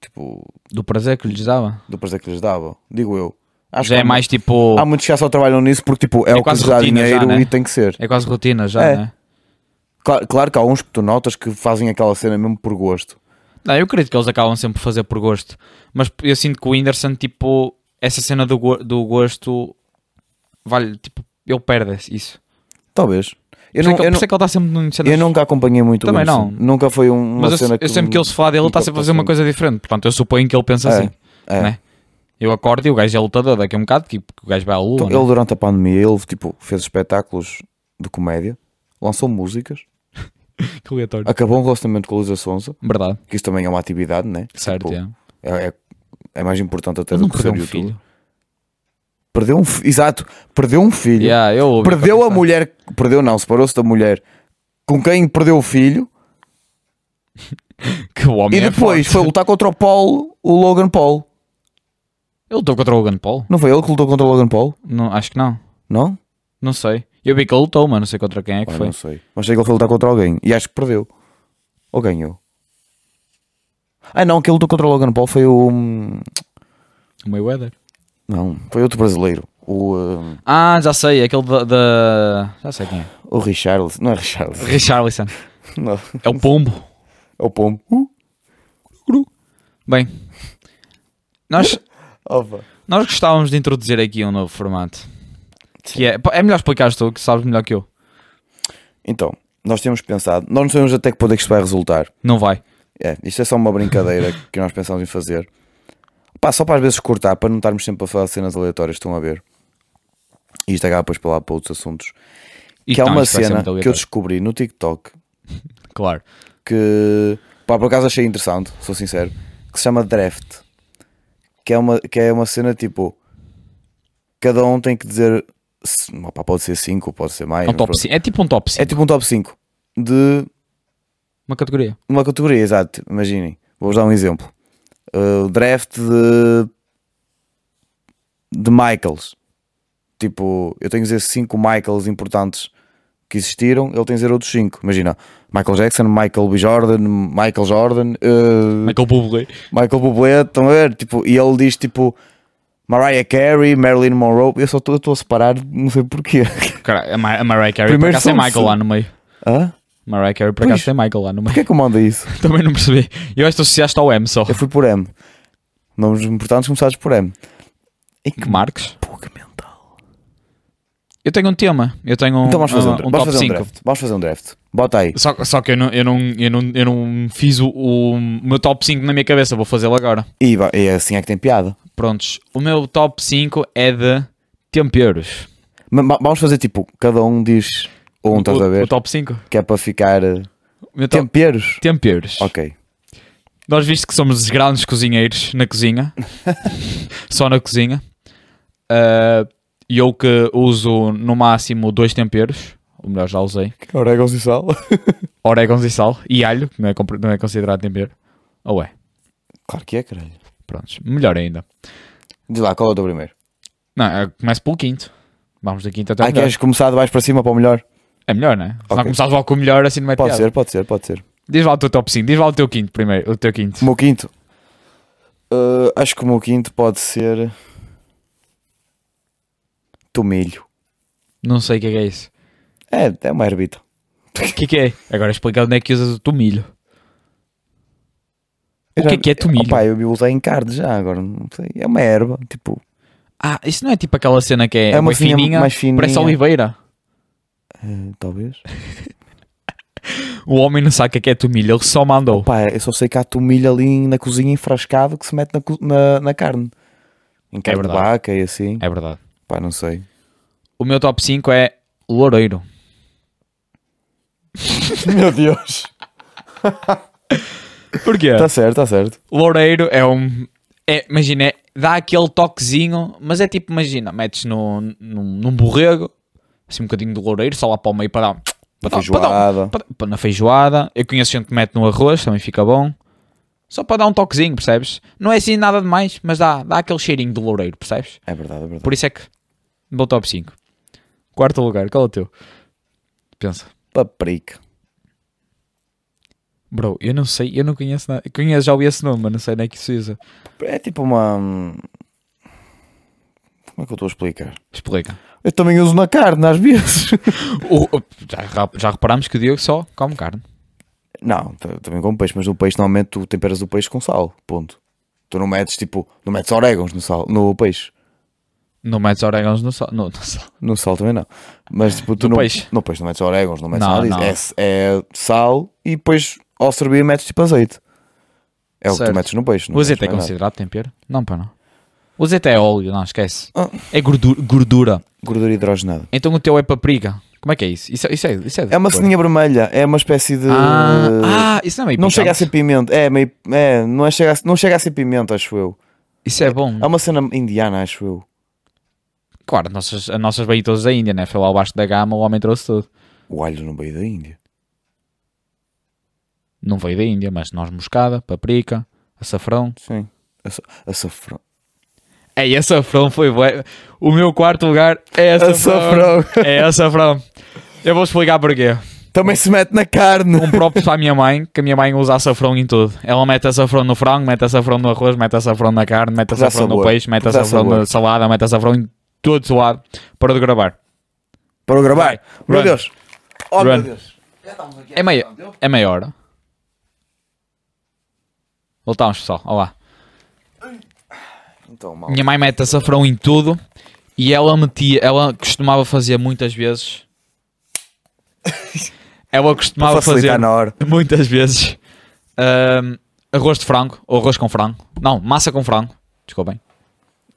S2: tipo
S1: Do prazer que lhes dava.
S2: do prazer que lhes dava. Digo eu, acho
S1: já
S2: que
S1: é
S2: há-
S1: mais tipo.
S2: há muitos que já só trabalham nisso porque tipo é,
S1: É
S2: o que
S1: quase
S2: lhes dá
S1: rotina já,
S2: dinheiro
S1: né?
S2: e tem que ser.
S1: É quase rotina já,
S2: É.
S1: né?
S2: Claro, claro que há uns que tu notas que fazem aquela cena mesmo por gosto.
S1: Não, Ah, eu acredito que eles acabam sempre por fazer por gosto. Mas eu sinto que o Whindersson, tipo, essa cena do, go- do gosto, vale, tipo, ele perde isso.
S2: Talvez. Eu,
S1: Eu não,
S2: não, eu,
S1: por
S2: não-
S1: isso é que ele está sempre num cenas-
S2: eu nunca acompanhei muito
S1: Também
S2: isso.
S1: não.
S2: Nunca foi um- uma
S1: Mas eu,
S2: cena
S1: eu sempre que eles falam dele, ele está
S2: nunca
S1: sempre a fazer uma
S2: passou.
S1: coisa diferente. Portanto, eu suponho que ele pensa
S2: É,
S1: assim.
S2: é.
S1: Né? Eu acordo e o gajo é lutador daqui a um bocado, tipo, o gajo vai à lua.
S2: Então,
S1: né?
S2: ele durante a pandemia ele tipo fez espetáculos de comédia, lançou músicas.
S1: Que aleatório.
S2: Acabou um relacionamento com a Luísa Sonza,
S1: Verdade,
S2: que isso também é uma atividade, né?
S1: certo,
S2: Tipo,
S1: é.
S2: é, é, é mais importante até
S1: Ele
S2: do
S1: não
S2: que ser
S1: perdeu um
S2: YouTube.
S1: filho.
S2: Perdeu um fi- Exato, perdeu um filho.
S1: Yeah, eu ouvi
S2: Perdeu a
S1: qualquer coisa.
S2: mulher. Perdeu, não, separou-se da mulher com quem perdeu o filho
S1: Que o homem é
S2: e depois foi lutar contra o Paul, o Logan Paul.
S1: Ele lutou contra o Logan Paul?
S2: Não foi ele que lutou contra o Logan Paul?
S1: Não, acho que não.
S2: Não?
S1: Não sei. Eu vi que ele lutou, mas não sei contra quem é que
S2: Ah,
S1: foi.
S2: Não sei. Mas sei que ele foi lutar contra alguém e acho que perdeu. Ou ganhou. Ah, não, quem lutou contra o Logan Paul foi o. hum,
S1: O Mayweather.
S2: Não, foi outro brasileiro. O, hum,
S1: Ah, já sei, aquele da. da- Já sei quem é.
S2: o Richarlison. Não é Richarlison.
S1: Richarlison.
S2: Não.
S1: É o pombo.
S2: É o pombo. Uh.
S1: Bem, nós,
S2: Opa.
S1: nós gostávamos de introduzir aqui um novo formato. Que é, pá, é melhor explicares tu, que sabes melhor que eu.
S2: Então, nós temos pensado, nós não sabemos até que ponto é que isto vai resultar.
S1: Não vai.
S2: É, isto é só uma brincadeira que nós pensamos em fazer. Pá, só para às vezes cortar, para não estarmos sempre a falar de cenas aleatórias, estão a ver. E isto acaba depois para lá para outros assuntos.
S1: E
S2: que é
S1: então,
S2: uma
S1: isto vai ser
S2: cena
S1: muito
S2: que eu
S1: aleatório.
S2: descobri no TikTok
S1: Claro.
S2: que pá, por acaso achei interessante, sou sincero, que se chama draft. Que é uma, que é uma cena tipo. Cada um tem que dizer. se- opá, pode ser 5, pode ser mais.
S1: É, um
S2: não
S1: top
S2: pronto.
S1: cinco- é tipo um top 5.
S2: é tipo um top 5 de
S1: uma categoria.
S2: uma categoria, exato. Imaginem, vou-vos dar um exemplo: Uh, o draft de, de Michaels. Tipo, eu tenho que dizer 5 Michaels importantes que existiram, ele tem que dizer outros 5. Imagina, Michael Jackson, Michael B. Jordan, Michael Jordan, uh,
S1: Michael Bublé.
S2: Michael Bublé, estão a ver? Tipo, e ele diz tipo Mariah Carey, Marilyn Monroe. Eu só estou a separar, não sei porquê.
S1: Cara, a, Mar a Mariah Carey. Primeiro por
S2: Primeiro
S1: acaso é
S2: som-
S1: Michael lá no meio.
S2: Hã?
S1: Mariah Carey por
S2: Pois.
S1: acaso tem Michael lá no meio.
S2: Porquê que eu mando isso?
S1: Também não percebi. Eu acho que tu associaste ao M só.
S2: Eu fui por M. Nomes importantes começados por M. E que
S1: Marques.
S2: puga mental.
S1: Eu tenho um tema. Eu tenho um,
S2: Então vamos fazer um,
S1: ah,
S2: dra-
S1: um
S2: vamos
S1: top
S2: fazer
S1: 5.
S2: um draft. Vamos fazer um draft. Bota aí.
S1: Só, só que eu não, eu não, eu não, eu não fiz o, o meu top 5 na minha cabeça, vou fazê-lo agora.
S2: E, va- e assim é que tem piada.
S1: Prontos, o meu top 5 é de temperos.
S2: Ma- ma- vamos fazer tipo, cada um diz um, estás
S1: o,
S2: a ver?
S1: o top 5?
S2: Que é para ficar eh,
S1: O meu top
S2: temperos.
S1: temperos.
S2: Ok.
S1: Nós viste que somos grandes cozinheiros na cozinha. Só na cozinha. Ah, E eu que uso no máximo dois temperos. Ou melhor, já usei.
S2: Orégãos e sal.
S1: Orégãos e sal. E alho, que não é, compre- não é considerado tempero. Ou é?
S2: Claro que é, caralho.
S1: Prontos. Melhor ainda.
S2: Diz lá, qual é o teu primeiro?
S1: Não, eu começo pelo quinto. Vamos do quinto até o
S2: Ah,
S1: melhor.
S2: queres começar de baixo para cima para o melhor?
S1: É melhor, né? Se não
S2: Ok.
S1: começares logo com o melhor, assim não é
S2: Pode
S1: piada.
S2: ser, pode ser, pode ser.
S1: Diz lá o teu top 5. Diz lá o teu quinto primeiro. O teu quinto.
S2: O meu quinto. Eh, acho que o meu quinto pode ser. Tomilho.
S1: Não sei o que é, que é isso.
S2: É, é uma herbita.
S1: O que é que é? Agora explica onde é que usas o tomilho. O
S2: Eu
S1: que
S2: já-
S1: é que é tomilho?
S2: Opa, eu usei em carne já, agora não sei. É uma erva, tipo.
S1: Ah, isso não é tipo aquela cena que é,
S2: É uma
S1: bué
S2: fininha,
S1: fininha,
S2: mais fininha.
S1: parece oliveira.
S2: eh, talvez.
S1: O homem não sabe o que é que é tomilho, ele só mandou.
S2: Pá, eu só sei que há tomilho ali na cozinha enfrascado que se mete na, co- na, na carne. Em carne de
S1: É verdade.
S2: vaca e assim.
S1: É verdade.
S2: Pá, não sei.
S1: O meu top 5 é loureiro.
S2: Meu Deus.
S1: Porquê?
S2: Está certo, está certo.
S1: loureiro é um... É, imagina, é- dá aquele toquezinho, mas é tipo, imagina, metes no, num, num borrego, assim um bocadinho de loureiro, só lá para o meio para dar... um- dar-
S2: Uma
S1: dar um-
S2: feijoada.
S1: para- para- na feijoada. Eu conheço gente que mete no arroz, também fica bom. Só para dar um toquezinho, percebes? Não é assim nada demais, mas dá, dá aquele cheirinho de loureiro, percebes?
S2: É verdade, é verdade.
S1: Por isso é que meu top 5. Quarto lugar, qual é o teu? Pensa.
S2: Paprika.
S1: Bro, eu não sei, eu não conheço nada. Conheço, já ouvi esse nome, mas não sei nem é que se usa.
S2: É tipo uma. Como é que eu estou a explicar?
S1: Explica.
S2: Eu também uso na carne às vezes.
S1: O- o- já, ra- já reparámos que o Diogo só come carne.
S2: Não, t- também como peixe, mas no peixe normalmente tu temperas o peixe com sal, ponto. Tu não metes tipo, não metes orégãos no sal, no peixe.
S1: Não metes orégãos no sal. No, no sal.
S2: No sal também não. Mas tipo, tu
S1: No
S2: não,
S1: peixe.
S2: No peixe não metes orégãos, não metes
S1: Não,
S2: nada disso.
S1: não.
S2: É s- É, sal e depois ao servir metes tipo azeite. É o que
S1: Certo.
S2: tu metes no peixe. não
S1: O azeite é
S2: metes mais
S1: considerado tempero? Não, para não. O azeite é óleo, não, esquece.
S2: Ah.
S1: É gordura. gordura.
S2: nada. Gordura hidrogenada.
S1: Então o teu é paprika. Como é que é isso? Isso, é- isso é, isso é, de
S2: É uma
S1: cor.
S2: ceninha vermelha, é uma espécie de.
S1: Ah, ah, isso não é meio
S2: não
S1: picante.
S2: chega a ser pimenta, é meio. É, não, é chega a, não chega a ser pimenta, acho eu.
S1: Isso é bom.
S2: É uma cena indiana, acho eu.
S1: Claro, as nossas, as nossas beitas da Índia, né? Foi lá abaixo da gama, o homem trouxe tudo.
S2: O alho no meio da Índia.
S1: Não veio da Índia, mas nós moscada, paprika, açafrão.
S2: Sim. Assa- Açafrão.
S1: Ei, açafrão foi bué. O meu quarto lugar é açafrão. É açafrão. Eu vou explicar porquê.
S2: Também se mete na carne.
S1: Um próprio para a minha mãe, que a minha mãe usa açafrão em tudo. Ela mete açafrão no frango, mete açafrão no arroz, mete açafrão na carne, mete
S2: Porque dá
S1: açafrão no
S2: sabor.
S1: peixe, mete
S2: Porque dá
S1: açafrão na
S2: sabor.
S1: salada, mete açafrão em todo o lado. Para de gravar.
S2: Para o gravar.
S1: Vai,
S2: Meu
S1: run.
S2: Deus. Oh,
S1: Run.
S2: meu Deus.
S1: É meia, é meia hora. Voltámos, pessoal. Olá.
S2: Então, mal.
S1: Minha mãe mete açafrão em tudo e ela metia, ela costumava fazer muitas vezes. Ela costumava fazer
S2: Facilitar na hora.
S1: muitas vezes ahm, arroz de frango ou arroz com frango. Não, massa com frango. Desculpem.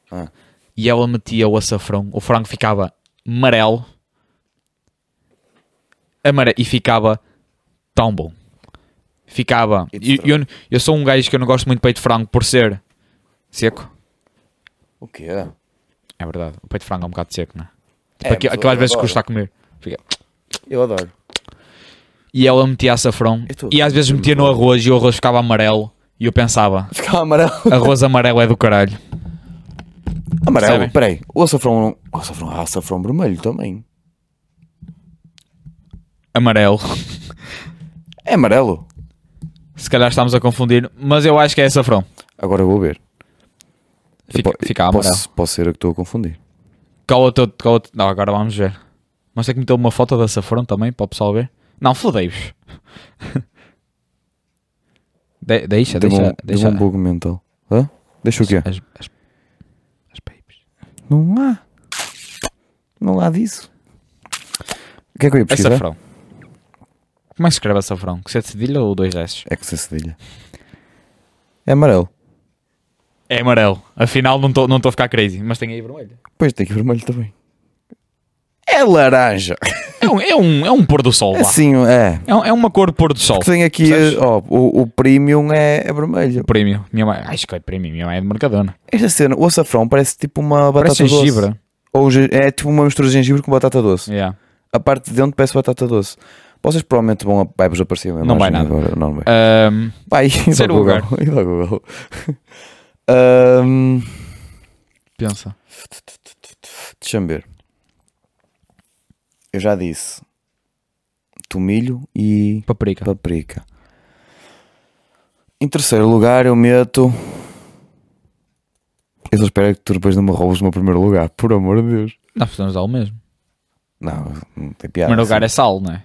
S2: Ah.
S1: E ela metia o açafrão. O frango ficava amarelo. Amarelo. E ficava tão bom. Ficava.
S2: E
S1: Eu, eu, eu sou um gajo que eu não gosto muito de peito de frango por ser seco.
S2: O que é?
S1: É verdade. O peito de frango é um bocado seco, não é?
S2: É,
S1: Tipo, aqui-
S2: mas eu
S1: aquelas vezes que
S2: adoro.
S1: custa a comer. Fica-
S2: Eu adoro.
S1: E ela metia açafrão.
S2: Eu tô-
S1: E às vezes metia no arroz e o arroz ficava amarelo. E eu pensava,
S2: Fica amarelo.
S1: arroz amarelo é do caralho.
S2: Amarelo,
S1: Percebem?
S2: peraí. O açafrão. O açafrão. Há açafrão vermelho também.
S1: Amarelo.
S2: É amarelo.
S1: Se calhar estamos a confundir, mas eu acho que é açafrão.
S2: Agora eu vou ver.
S1: Fica,
S2: Po-
S1: fica amarelo.
S2: posso, posso ser eu que estou a confundir.
S1: Qual é o teu- qual é o teu- Não, agora vamos ver. Mas é que meteu uma foto de açafrão também, para o pessoal ver. Não, fodei-vos. De- Então deixa,
S2: Deu
S1: deixa,
S2: um,
S1: deixa.
S2: deu um bug mental. Hã? Deixa o quê?
S1: As, as, as babes.
S2: Não há. Não há disso. O que é que eu ia
S1: É
S2: pesquisar?
S1: safrão. Como é que se escreve a safrão? Com 7 cedilha ou 2 S?
S2: É que se cedilha. É amarelo.
S1: É amarelo. Afinal, não estou não tô a ficar crazy, mas tem aí vermelho.
S2: Pois tem aqui vermelho também. É laranja.
S1: É um, é um, é um pôr do sol
S2: É
S1: lá.
S2: sim, é.
S1: É, um- é uma cor de pôr do sol.
S2: Tem aqui,
S1: Percebes?
S2: ó, o, o premium é, é vermelho.
S1: Prémio. Minha mãe. Ai, escolhe prémio. Minha mãe é de Mercadona.
S2: Esta cena, o açafrão parece tipo uma batata
S1: Parece
S2: doce.
S1: gengibre.
S2: Ou ge- é tipo uma mistura de gengibre com batata doce.
S1: Yeah.
S2: A parte de dentro parece batata doce. Vocês provavelmente vão a... vai-vos aparecer uma
S1: Não vai
S2: imagem
S1: nada. Ah,
S2: agora, Não vai.
S1: Ahm,
S2: Vai, id ao
S1: Terceiro
S2: Google. Id ao Google. Ahm,
S1: pensa.
S2: Deixa-me ver. Eu já disse tomilho e
S1: Paprika.
S2: paprika. Em terceiro lugar, eu meto. Eu só espero é que tu depois não me roubes o meu primeiro lugar, por amor de Deus.
S1: Nós precisamos de algo mesmo.
S2: Não, não tem
S1: O
S2: piada.
S1: primeiro lugar
S2: assim.
S1: é sal, não é?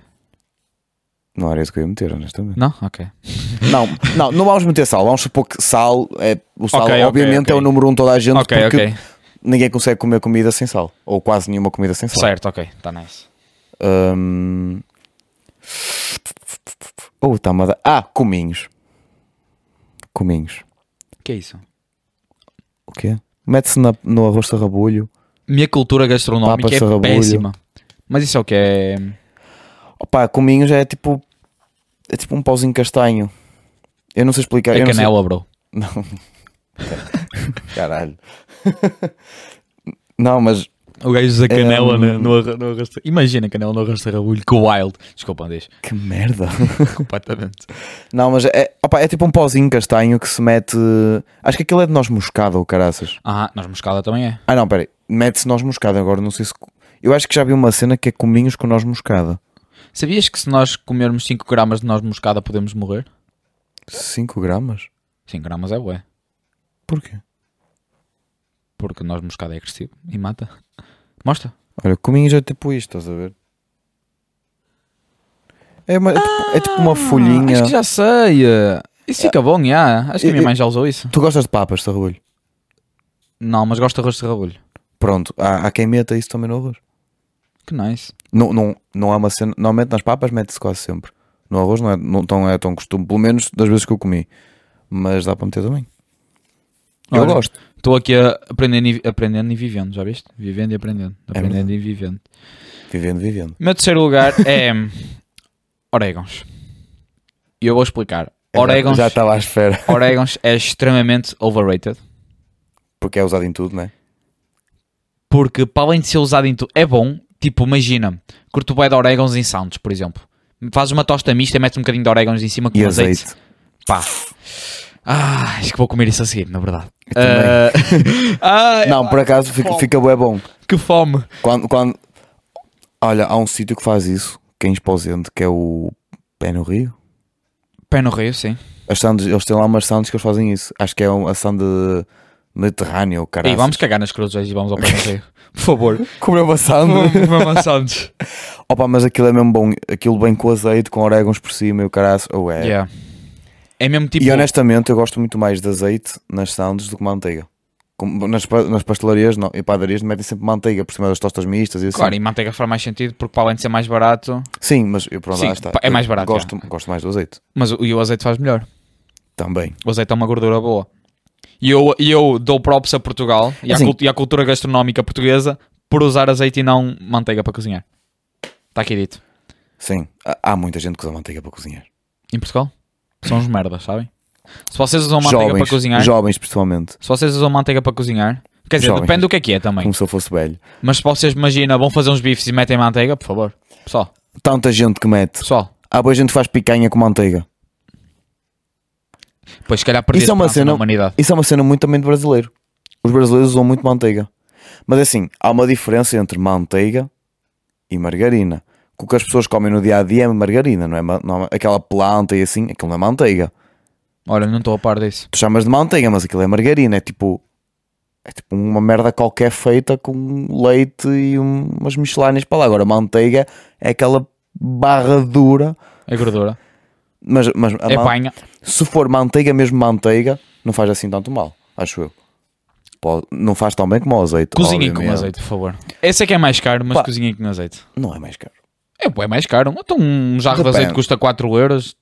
S2: Não era isso que eu ia meter, honestamente.
S1: Não? Ok.
S2: é- Não, não, não vamos meter sal. Vamos supor que sal é. O sal,
S1: Ok, ok,
S2: obviamente,
S1: ok.
S2: é o número um de toda a gente,
S1: Ok,
S2: porque
S1: ok.
S2: ninguém consegue comer comida sem sal. Ou quase nenhuma comida sem sal.
S1: Certo, ok. Está nice.
S2: Hum... Oh, tá a dar... Ah, cominhos. Cominhos.
S1: O que é isso?
S2: O quê? Mete-se na- no arroz de rabulho.
S1: Minha cultura gastronómica
S2: Papas de
S1: é
S2: rabulho.
S1: péssima. Mas isso é o que é.
S2: Opa, cominhos é tipo... É tipo um pauzinho castanho. Eu não sei explicar.
S1: É
S2: eu não sei-
S1: canela, bro.
S2: Caralho. não, mas...
S1: O gajo usa canela
S2: É,
S1: na- no, arra- no arrasto. Imagina canela no arrasto de rabulho. Que wild. Desculpa, deixa.
S2: Que merda.
S1: Completamente.
S2: não, mas é... Opa, é tipo um pauzinho castanho que se mete... Acho que aquilo é de noz moscada ou caraças.
S1: Ah, nós moscada também é.
S2: Ah não, peraí. Mete-se noz moscada. Agora não sei se... Eu acho que já vi uma cena que é cominhos com noz moscada.
S1: Sabias que se nós comermos 5 gramas de noz moscada podemos morrer?
S2: 5 gramas?
S1: 5 gramas é bué.
S2: Porquê?
S1: Porque noz moscada é agressivo e mata. Mostra.
S2: Olha, cominhos é tipo isto, estás a ver? É, uma, é tipo, é tipo uma folhinha.
S1: Ah, Acho que já sei. eh, Isso fica bom, já. Acho que a minha
S2: Eu-
S1: mãe já usou isso.
S2: Tu gostas de papas, de arroz?
S1: Não, mas gosto de arroz de rabulho.
S2: Pronto, há, há quem meta isso também no arroz.
S1: Que nice.
S2: Não, não, não há uma cena. Normalmente nas papas mete-se quase sempre. No arroz não é, não tão, é tão costume, pelo menos das vezes que eu comi. Mas dá para meter também. Eu
S1: Olha,
S2: gosto.
S1: Estou aqui a aprendendo e, aprendendo e vivendo, já viste? Vivendo e aprendendo. Aprendendo e vivendo.
S2: Vivendo, vivendo.
S1: O meu terceiro lugar é orégãos. E eu vou explicar. Orégãos,
S2: É Já já estava à espera.
S1: orégãos é extremamente overrated.
S2: Porque é usado em tudo, não é?
S1: Porque para além de ser usado em tudo, é bom. Tipo, imagina, curto bué de orégãos em sounds, por exemplo. Fazes uma tosta mista e metes um bocadinho de orégãos em cima com um
S2: E
S1: azeite.
S2: azeite.
S1: Pá. Ah, acho que vou comer isso a seguir, na verdade.
S2: também.
S1: Ah, ai,
S2: Não, por acaso fica,
S1: fome.
S2: fica bué bom.
S1: que fome.
S2: Quando, quando... Olha, há um sítio que faz isso, que é em Esposende, que é o Pé no Rio.
S1: Pé no rio, sim.
S2: As sounds, eles têm lá umas sounds que eles fazem isso. Acho que é um- a sound de Mediterrâneo, ou
S1: Ei,
S2: caralho.
S1: vamos cagar nas cruzes hoje e vamos ao pé no rio. Por favor.
S2: comer uma sound.
S1: Vamos vamos a Santos.
S2: Opa, mas aquilo é mesmo bom. Aquilo bem com azeite, com orégãos por cima e o caraço. Ou é.
S1: Yeah. É mesmo tipo.
S2: E honestamente, eu gosto muito mais de azeite nas sounds do que manteiga. Como nas, pa- nas pastelarias não, e padarias metem sempre manteiga por cima das tostas mistas e assim.
S1: Claro, e manteiga faz mais sentido porque para além de ser mais barato.
S2: Sim, mas eu, pronto,
S1: Sim,
S2: lá está.
S1: pa- é mais
S2: Eu
S1: barato,
S2: Gosto, gosto mais do azeite.
S1: Mas o, e o azeite faz melhor.
S2: Também.
S1: O azeite é uma gordura boa. E eu, e eu dou props a Portugal e, à
S2: Assim-
S1: cult- e à cultura gastronómica portuguesa por usar azeite e não manteiga para cozinhar. Está aqui dito.
S2: Sim. Há- Há muita gente que usa manteiga para cozinhar.
S1: Em Portugal? São os merdas, sabem? Se vocês usam manteiga para cozinhar.
S2: Jovens, principalmente.
S1: Se vocês usam manteiga para cozinhar. Quer dizer,
S2: Jovens.
S1: depende do que é que é também.
S2: Como se eu fosse velho.
S1: Mas se vocês imaginam, vão fazer uns bifes e metem manteiga, por favor. Pessoal,
S2: Tanta gente que mete.
S1: pessoal.
S2: Há boa gente que faz picanha com manteiga.
S1: Pois se calhar perdi
S2: Isso é uma
S1: esperança na
S2: cena-
S1: humanidade.
S2: Isso é uma cena muito também de brasileiro. Os brasileiros usam muito manteiga. Mas assim, há uma diferença entre manteiga e margarina. Que O que as pessoas comem no dia a dia é margarina, não é? ma- não é- aquela planta e assim, aquilo não é manteiga.
S1: Olha, não estou a par disso.
S2: Tu chamas de manteiga, mas aquilo é margarina. É tipo. É tipo uma merda qualquer feita com leite e um- umas miscelâneas para lá. Agora, manteiga é aquela barra dura,
S1: É gordura.
S2: mas, mas a
S1: é
S2: man-
S1: banha.
S2: se for manteiga, mesmo manteiga, não faz assim tanto mal, acho eu. Pode- não faz tão bem como o azeite.
S1: Cozinhem com
S2: obviamente.
S1: azeite, por favor. Esse é que é mais caro, mas
S2: Pá.
S1: cozinhem com azeite.
S2: Não é mais caro.
S1: É, pô, é mais caro. Então um jarro de
S2: Depende.
S1: azeite custa 4 euros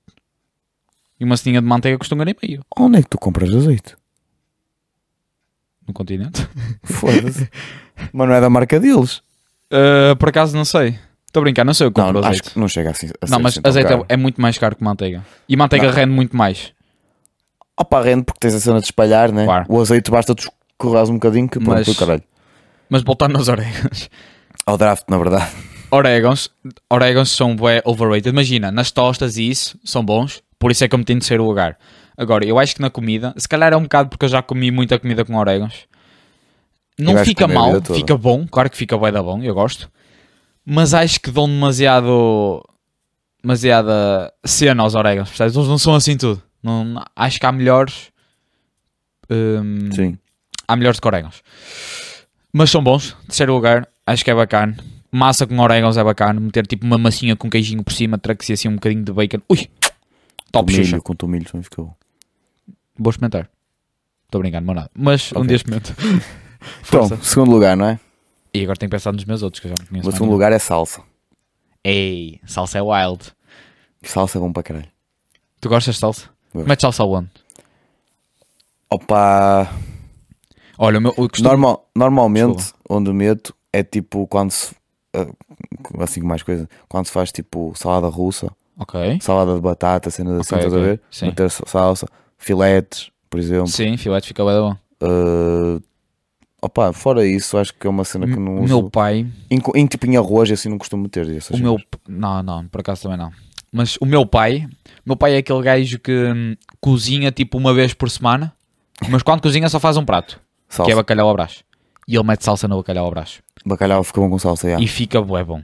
S1: e uma cestinha de manteiga custa um euro e meio
S2: Onde é que tu compras azeite?
S1: no continente.
S2: Foda-se. mas não é da marca deles.
S1: Uh, por acaso não sei. Estou a brincar, não sei o que
S2: Não,
S1: compro
S2: não acho
S1: azeite.
S2: que não chega assim. A
S1: Não,
S2: ser
S1: mas
S2: assim tão
S1: azeite
S2: caro.
S1: é, é muito mais caro que manteiga. E manteiga rende muito mais.
S2: Opa, rende porque tens a cena de espalhar, né?
S1: Claro.
S2: O azeite basta tu escorrares um bocadinho que pronto,
S1: Mas-
S2: o caralho.
S1: Mas voltando aos orégãos.
S2: Ao draft, na verdade.
S1: Orégãos, orégãos são bué overrated. Imagina, nas tostas e isso são bons, por isso é que eu meti em terceiro lugar. Agora, eu acho que na comida, se calhar é um bocado porque eu já comi muita comida com orégãos.
S2: Eu
S1: Não
S2: acho que
S1: fica
S2: comi a
S1: mal,
S2: vida toda.
S1: fica bom, claro que fica bué da bom, eu gosto. Mas acho que dão demasiado demasiada cena aos orégãos, percebes? Eles não são assim tudo. Não, acho que há melhores. hum,
S2: Sim.
S1: há melhores que orégãos. Mas são bons, terceiro lugar, acho que é bacana. Massa com orégãos é bacana, meter tipo uma massinha com queijinho por cima, traque-se assim um bocadinho de bacon. Ui! Top
S2: tomilho,
S1: xixa.
S2: com tomilho também fica bom.
S1: Vou experimentar. Estou brincando, não é nada. Mas um
S2: Ok.
S1: dia experimento.
S2: Então,
S1: Força.
S2: segundo lugar, não é?
S1: E agora tenho que pensar nos meus outros que eu já não conheço.
S2: O
S1: mais um.
S2: segundo
S1: nenhum.
S2: lugar é salsa.
S1: Ei, salsa é wild.
S2: Salsa é bom para caralho.
S1: Tu gostas de salsa?
S2: Gosto.
S1: Mete salsa onde?
S2: Opa,
S1: Olha, o meu, eu costumo-
S2: normal, normalmente onde meto é tipo quando se. ah, Assim com mais coisa, quando se faz tipo salada russa,
S1: Ok.
S2: salada de batata, cena assim,
S1: Ok,
S2: estás
S1: ok.
S2: a ver?
S1: Sim.
S2: Meter sa- salsa, filetes, por exemplo.
S1: Sim, filete fica bem bom.
S2: Ah, opa, fora isso, acho que é uma cena que não
S1: O
S2: uso.
S1: meu pai
S2: Em, co- em tipo em arroz, assim não costumo meter. essas
S1: O
S2: cenas.
S1: meu. p- Não, não, por acaso também não. Mas o meu pai. O meu pai é aquele gajo que hum, cozinha tipo uma vez por semana. Mas quando cozinha só faz um prato.
S2: salsa.
S1: Que é bacalhau ao brás. E ele mete salsa no bacalhau ao brás.
S2: Bacalhau fica bom com salsa, já.
S1: E fica bué bom.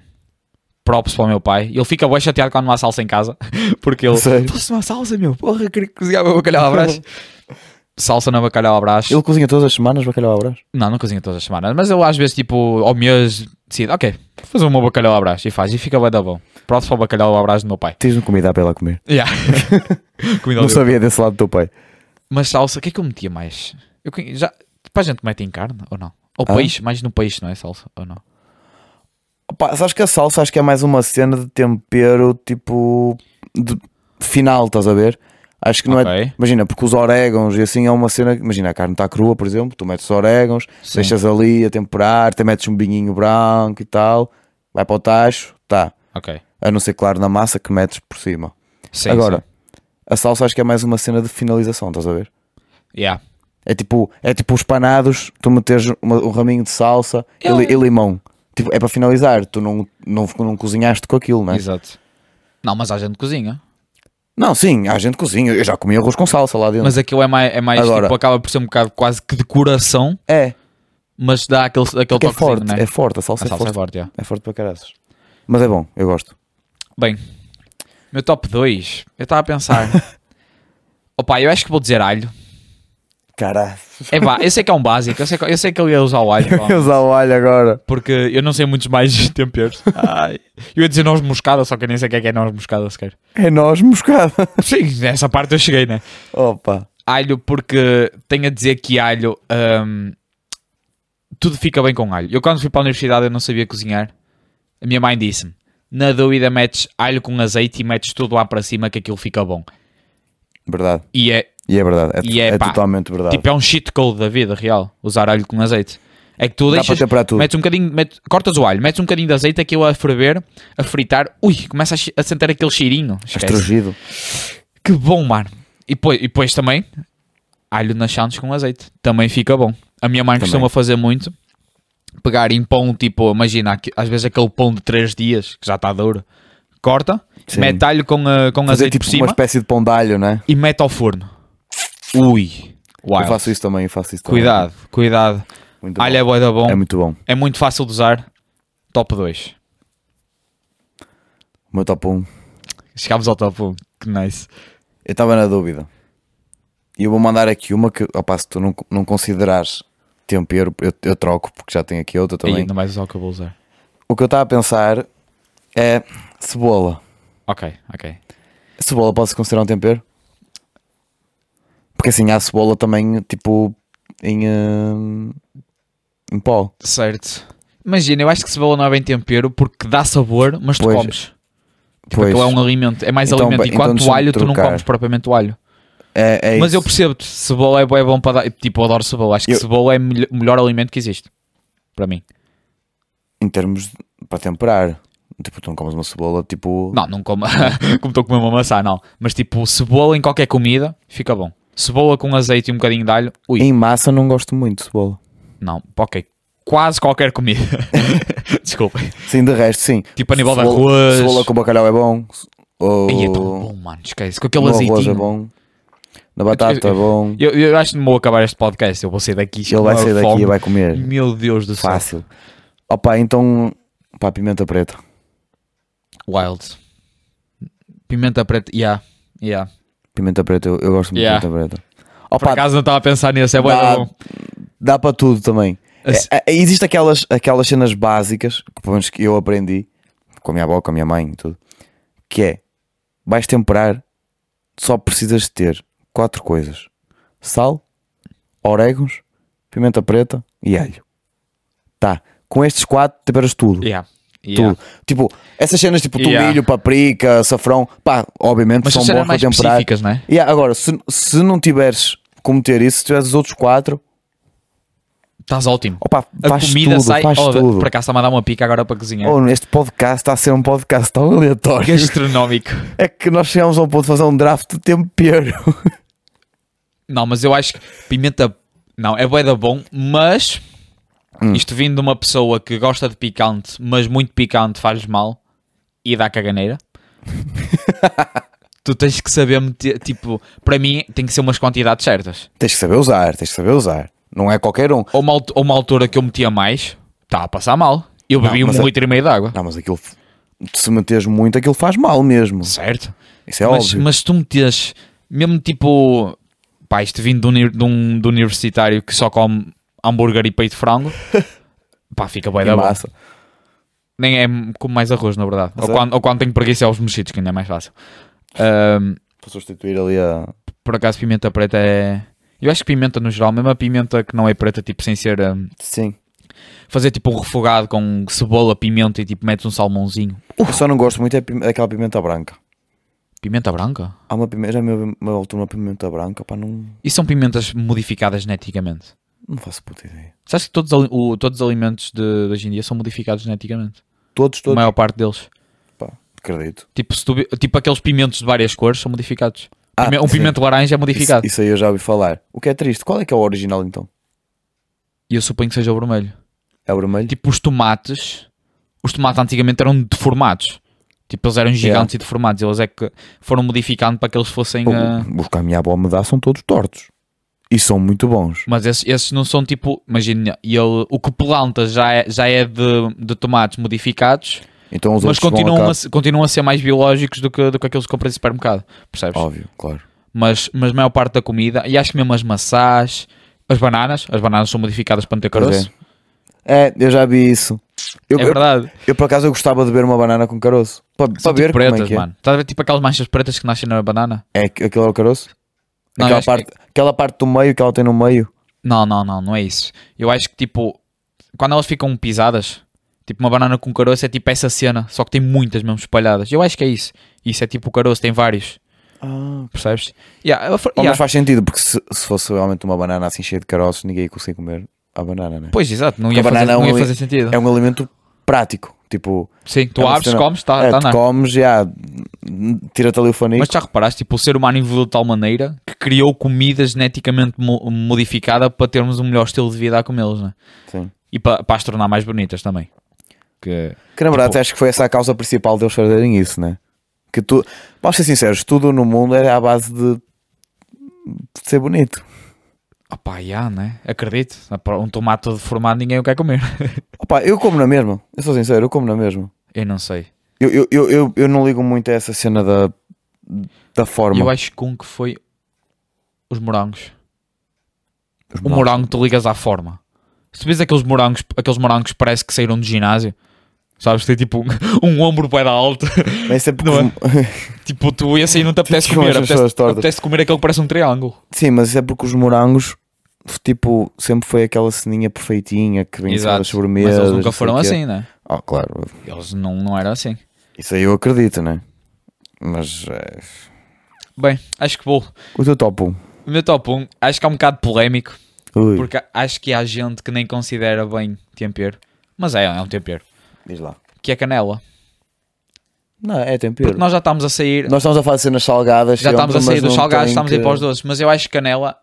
S1: Props para o meu pai. Ele fica bué chateado quando não há salsa em casa. Porque ele.
S2: Sério?
S1: Trouxe uma salsa, meu. Porra, eu queria cozinhar o meu bacalhau ao brás. salsa no bacalhau ao brás.
S2: Ele cozinha todas as semanas bacalhau à brás?
S1: Não, não cozinho todas as semanas, mas eu às vezes, tipo, ao mês, decido, ok, vou fazer o meu bacalhau à brás e faz, e fica bem da bom. Próximo para o bacalhau à brás do meu pai.
S2: Tens-me comida para ela comer.
S1: Yeah. Comida
S2: Não
S1: livre.
S2: sabia desse lado do teu pai.
S1: Mas salsa, o que é que eu metia mais? Eu, conhe- já, para a gente mete em carne ou não? Ou
S2: Hã?
S1: peixe, mais no peixe, não é salsa? Ou não?
S2: Opa, sabes que a salsa acho que é mais uma cena de tempero tipo de final, estás a ver? Acho que não é.
S1: Ok.
S2: Imagina, porque os orégãos e assim é uma cena. Imagina, a carne está crua, por exemplo, tu metes os orégãos,
S1: Sim.
S2: deixas ali a temperar, até metes um vinho branco e tal, vai para o tacho, tá.
S1: Ok.
S2: A não ser, claro, na massa que metes por cima.
S1: Sim,
S2: Agora,
S1: sim.
S2: a salsa acho que é mais uma cena de finalização, estás a ver?
S1: Yeah.
S2: É tipo, é tipo os panados, tu meteres uma- um raminho de salsa e, li- e limão. Tipo, é para finalizar, tu não, não, não cozinhaste com aquilo, não é?
S1: Exato. Não, mas há gente que cozinha.
S2: Não, sim, há gente que cozinha. Eu já comi arroz com salsa lá dentro.
S1: Mas aquilo é mais, é mais
S2: Agora-
S1: tipo, acaba por ser um bocado quase que decoração,
S2: é,
S1: mas dá aquele, aquele
S2: porque é
S1: toquezinho,
S2: forte,
S1: né?
S2: é forte, a salsa,
S1: A
S2: é
S1: salsa é
S2: forte.
S1: forte, yeah.
S2: É forte para caraças. Mas é bom, eu gosto.
S1: Bem, meu top 2, eu estava a pensar. Opa, eu acho que vou dizer alho.
S2: Caralho.
S1: É vá, eu sei que é um básico, eu sei que, eu sei que ele ia usar o alho. provavelmente.
S2: Eu usar o alho agora.
S1: Porque eu não sei muitos mais temperos. Ai. Eu ia dizer noz moscada, só que eu nem sei o que é que é noz moscada sequer.
S2: É nós moscada.
S1: Sim, nessa parte eu cheguei, né?
S2: Opa.
S1: Alho, porque tenho a dizer que alho. hum, tudo fica bem com alho. Eu quando fui para a universidade eu não sabia cozinhar. A minha mãe disse-me: na dúvida, metes alho com azeite e metes tudo lá para cima que aquilo fica bom.
S2: Verdade.
S1: E é,
S2: E é verdade. É,
S1: E é,
S2: é
S1: pá,
S2: totalmente verdade.
S1: tipo, é um cheat code da vida real. Usar alho com azeite. É que tu
S2: Dá para
S1: deixas,
S2: temperar tudo.
S1: Metes um bocadinho, mete- cortas o alho, metes um bocadinho de azeite, aquilo a ferver, a fritar, ui, começa a, chi- a sentir aquele cheirinho. Esquece.
S2: É Estrugido.
S1: Que bom, mano. E depois, e depois também, alho nas chantes com azeite. Também fica bom. A minha mãe
S2: Também.
S1: costuma fazer muito. Pegar em pão, tipo, imagina, aqui- às vezes aquele pão de 3 dias, que já está duro, corta,
S2: Sim.
S1: mete alho com, ah, com
S2: Fazer
S1: azeite
S2: tipo
S1: por
S2: uma
S1: cima
S2: espécie de pão de alho, né?
S1: e mete ao forno. Ui,
S2: Eu
S1: uau.
S2: faço isso também, eu faço isso também.
S1: Cuidado, cuidado.
S2: Muito bom.
S1: Alho é boa da bom,
S2: É muito bom.
S1: é muito fácil de usar. Top 2.
S2: O meu top 1.
S1: Chegámos ao top 1. Que nice.
S2: Eu estava na dúvida. E eu vou mandar aqui uma que, opa, se tu não, não considerares tempero, eu, eu troco, porque já tenho aqui outra também.
S1: Aí, não vais usar o que eu vou usar.
S2: O que eu estava a pensar É cebola.
S1: Ok, ok.
S2: A cebola pode-se considerar um tempero? Porque assim, há cebola também, tipo, em, hum, em pó.
S1: Certo. Imagina, eu acho que cebola não é bem tempero porque dá sabor, mas tu
S2: Pois.
S1: comes. Tipo,
S2: Pois.
S1: aquilo é um alimento, é mais
S2: Então,
S1: alimento.
S2: bem,
S1: Enquanto
S2: então
S1: o
S2: deixa-me
S1: alho, tu não
S2: trocar.
S1: comes propriamente o alho.
S2: É, é
S1: Mas eu
S2: isso.
S1: percebo-te, cebola é bué bom para dar. Tipo, eu adoro cebola. Acho que
S2: Eu-
S1: cebola é o melho- o melhor alimento que existe. Para mim.
S2: Em termos de- para temperar. Tipo, tu não comes uma cebola, tipo...
S1: Não, não como. como estou a comer uma maçã, não. Mas tipo, cebola em qualquer comida fica bom. Cebola com azeite e um bocadinho de alho, ui.
S2: Em massa não gosto muito de cebola.
S1: Não, ok. Quase qualquer comida. Desculpa.
S2: Sim, de resto, sim.
S1: Tipo, a nível de
S2: Cebola-
S1: arroz.
S2: Cebola com bacalhau é bom. Ou...
S1: Ai, é tão bom, mano. Esquece. Com aquele
S2: no arroz é
S1: azeitinho.
S2: bom. Na batata é bom.
S1: Eu, eu acho que não vou acabar este podcast. Eu vou sair daqui.
S2: Ele vai
S1: com uma
S2: sair daqui
S1: fome. Hum.
S2: e vai comer.
S1: Meu Deus do céu.
S2: Fácil. Opa, então... Pá, pimenta preta.
S1: Wild. Pimenta preta. Yeah. Yeah.
S2: Pimenta preta, eu, eu gosto muito
S1: Yeah.
S2: de pimenta preta.
S1: Por
S2: Opa,
S1: acaso não estava a pensar nisso. É bué
S2: dá-
S1: da bom.
S2: dá para tudo também.
S1: Assim-
S2: É, é, Existem aquelas, aquelas cenas básicas que pelo menos que eu aprendi com a minha avó, com a minha mãe e tudo, que é vais temperar, só precisas de ter quatro coisas: sal, orégãos, pimenta preta e alho. Tá, com estes quatro temperas tudo.
S1: Yeah. Yeah.
S2: Tudo. Tipo, essas cenas tipo tomilho,
S1: Yeah.
S2: paprika, açafrão, pá, obviamente
S1: Mas
S2: são
S1: são cenas
S2: bons para
S1: mais
S2: temperar.
S1: específicas, não é?
S2: Yeah, agora, se, se não tiveres como ter isso, se tiveres os outros quatro,
S1: Estás ótimo.
S2: opa,
S1: A
S2: faz
S1: comida
S2: tudo,
S1: sai.
S2: faz
S1: Oh,
S2: tudo.
S1: Por acaso está-me a dar uma pica agora para cozinhar.
S2: Oh, este podcast está a ser um podcast tão aleatório.
S1: Gastronómico.
S2: É que nós chegámos ao ponto de fazer um draft de tempero.
S1: Não, mas eu acho que pimenta. Não, é bué da bom, mas.
S2: Hum.
S1: Isto vindo de uma pessoa que gosta de picante, mas muito picante faz mal e dá caganeira. tu tens que saber meter. Tipo, para mim tem que ser umas quantidades certas.
S2: Tens que saber usar, tens que saber usar. Não é qualquer um.
S1: Ou uma, alt- ou uma altura que eu metia mais, está a passar mal. Eu bebi
S2: mas
S1: um
S2: é-
S1: litro e meio de água.
S2: Não, mas aquilo, se meteres muito, aquilo faz mal mesmo.
S1: Certo?
S2: Isso é
S1: mas,
S2: óbvio.
S1: mas se tu metes mesmo tipo pá, isto vindo de um, uni- de um- de um universitário que só come hambúrguer e peito de frango pá, fica bem
S2: E
S1: da bom.
S2: massa.
S1: nem é como mais arroz na verdade ou
S2: Certo.
S1: quando, ou quando tenho preguiça aos mexidos que ainda é mais fácil Ahm,
S2: Para substituir ali a.
S1: por acaso pimenta preta é eu acho que pimenta no geral, mesmo a pimenta que não é preta tipo sem ser, ahm,
S2: Sim.
S1: fazer tipo um refogado com cebola, pimenta e tipo metes um salmãozinho
S2: Eu só não gosto muito é pim- daquela pimenta branca.
S1: pimenta branca?
S2: Há uma pimenta. Já me me altura uma pimenta branca, pá, não,
S1: e são pimentas modificadas geneticamente
S2: não faço puta ideia.
S1: Sabes que todos, os ali- o- todos os alimentos de, de hoje em dia são modificados geneticamente?
S2: Todos,
S1: A
S2: todos.
S1: maior parte deles.
S2: Pá, acredito.
S1: Tipo, se tu vi- tipo aqueles pimentos de várias cores são modificados.
S2: Ah,
S1: Pime- um
S2: sim.
S1: pimento laranja é
S2: Isso,
S1: modificado.
S2: isso aí eu já ouvi falar. O que é triste. Qual é que é o original então?
S1: E eu suponho que seja o vermelho.
S2: É o vermelho?
S1: Tipo, os tomates. Os tomates antigamente eram deformados. Tipo, eles eram gigantes e deformados. Eles é que foram modificando para que eles fossem.
S2: Pô,
S1: ah,
S2: Os que a minha avó me dá são todos tortos. E são muito bons.
S1: Mas esses, esses não são tipo. Imagina, ele, o que planta já é, já é de, de tomates modificados.
S2: Então os
S1: mas
S2: outros vão
S1: continuam
S2: acabar-
S1: a, se- continuam a ser mais biológicos do que, do que aqueles que compras em supermercado. Percebes?
S2: Óbvio, claro.
S1: mas, mas a maior parte da comida, e acho que mesmo as maçãs, as bananas, as bananas são modificadas para não ter
S2: Pois
S1: caroço.
S2: É, eu já vi isso. Eu,
S1: É
S2: eu-
S1: verdade.
S2: eu, por acaso eu gostava de ver uma banana com caroço. Para,
S1: São tipo
S2: ver como
S1: pretas,
S2: é que é.
S1: mano. Estás a ver tipo aquelas manchas pretas que nascem na banana?
S2: É que- aquilo é o caroço?
S1: Não, eu
S2: aquela,
S1: acho que-
S2: parte, aquela parte do meio que ela tem no meio.
S1: Não, não, não, não é isso. Eu acho que tipo, quando elas ficam pisadas, tipo uma banana com caroço é tipo essa cena, só que tem muitas mesmo espalhadas. Eu acho que é isso. Isso é tipo o caroço, tem vários,
S2: Ah,
S1: percebes? Yeah, eu-
S2: Oh, Mas
S1: yeah.
S2: faz sentido, porque se, se fosse realmente uma banana assim cheia de caroços, ninguém ia conseguir comer a banana, né?
S1: Pois, exato, não
S2: Porque
S1: ia,
S2: a
S1: fazer,
S2: banana é
S1: não
S2: um
S1: ia
S2: ali-
S1: fazer sentido.
S2: É um alimento prático. Tipo,
S1: Sim, tu
S2: é uma
S1: abres,
S2: cena-
S1: comes, está
S2: é,
S1: tá
S2: tu
S1: na.
S2: comes, já, tira-te ali o fanico.
S1: Mas já reparaste, tipo, o ser humano evoluiu de tal maneira que criou comida geneticamente mo- modificada para termos um melhor estilo de vida a comê-los, né?
S2: Sim.
S1: E para, para as tornar mais bonitas também. Que...
S2: Que
S1: Tipo,
S2: na verdade acho que foi essa a causa principal de eles fazerem isso, né? Que tu, vamos ser sinceros, tudo no mundo era à base de, de ser bonito.
S1: Opá, já, né? Acredito. Um tomate todo formado ninguém o quer comer.
S2: Opa, eu como na mesma, eu sou sincero, eu como na mesma.
S1: Eu não sei.
S2: Eu, eu, eu, eu, eu não ligo muito a essa cena da, da forma.
S1: Eu acho que um que foi os morangos.
S2: Os
S1: O
S2: morangos.
S1: morango tu ligas à forma. Se tu vês aqueles morangos, aqueles morangos que parece que saíram do ginásio, Sabes, tem tipo um, um ombro bué da alto.
S2: Mas sempre
S1: Não
S2: porque os-
S1: Tipo, tu esse aí não te apetece
S2: com
S1: comer.
S2: as
S1: Apetece,
S2: pessoas tortas.
S1: apetece comer aquele que parece um triângulo.
S2: Sim, mas isso é porque os morangos, tipo, sempre foi aquela ceninha perfeitinha que vem em cima das sobremesas.
S1: Mas eles
S2: não
S1: nunca
S2: sei
S1: foram
S2: o quê.
S1: assim, né?
S2: Oh, claro,
S1: Eles não, não eram assim.
S2: isso aí eu acredito, né? Mas eh,
S1: Bem, acho que vou.
S2: o teu top 1.
S1: O meu top 1, acho que é um bocado polémico.
S2: Ui,
S1: Porque acho que há gente que nem considera bem tempero. Mas é, é um tempero.
S2: diz lá.
S1: Que é canela.
S2: Não, é
S1: Porque
S2: tempero. Nós...
S1: nós já estamos a sair.
S2: estamos a fazer cenas salgadas.
S1: já estamos a
S2: sempre,
S1: sair
S2: mas
S1: dos
S2: não
S1: salgados,
S2: tem
S1: estamos a ir
S2: que-
S1: para os doces. Mas eu acho que canela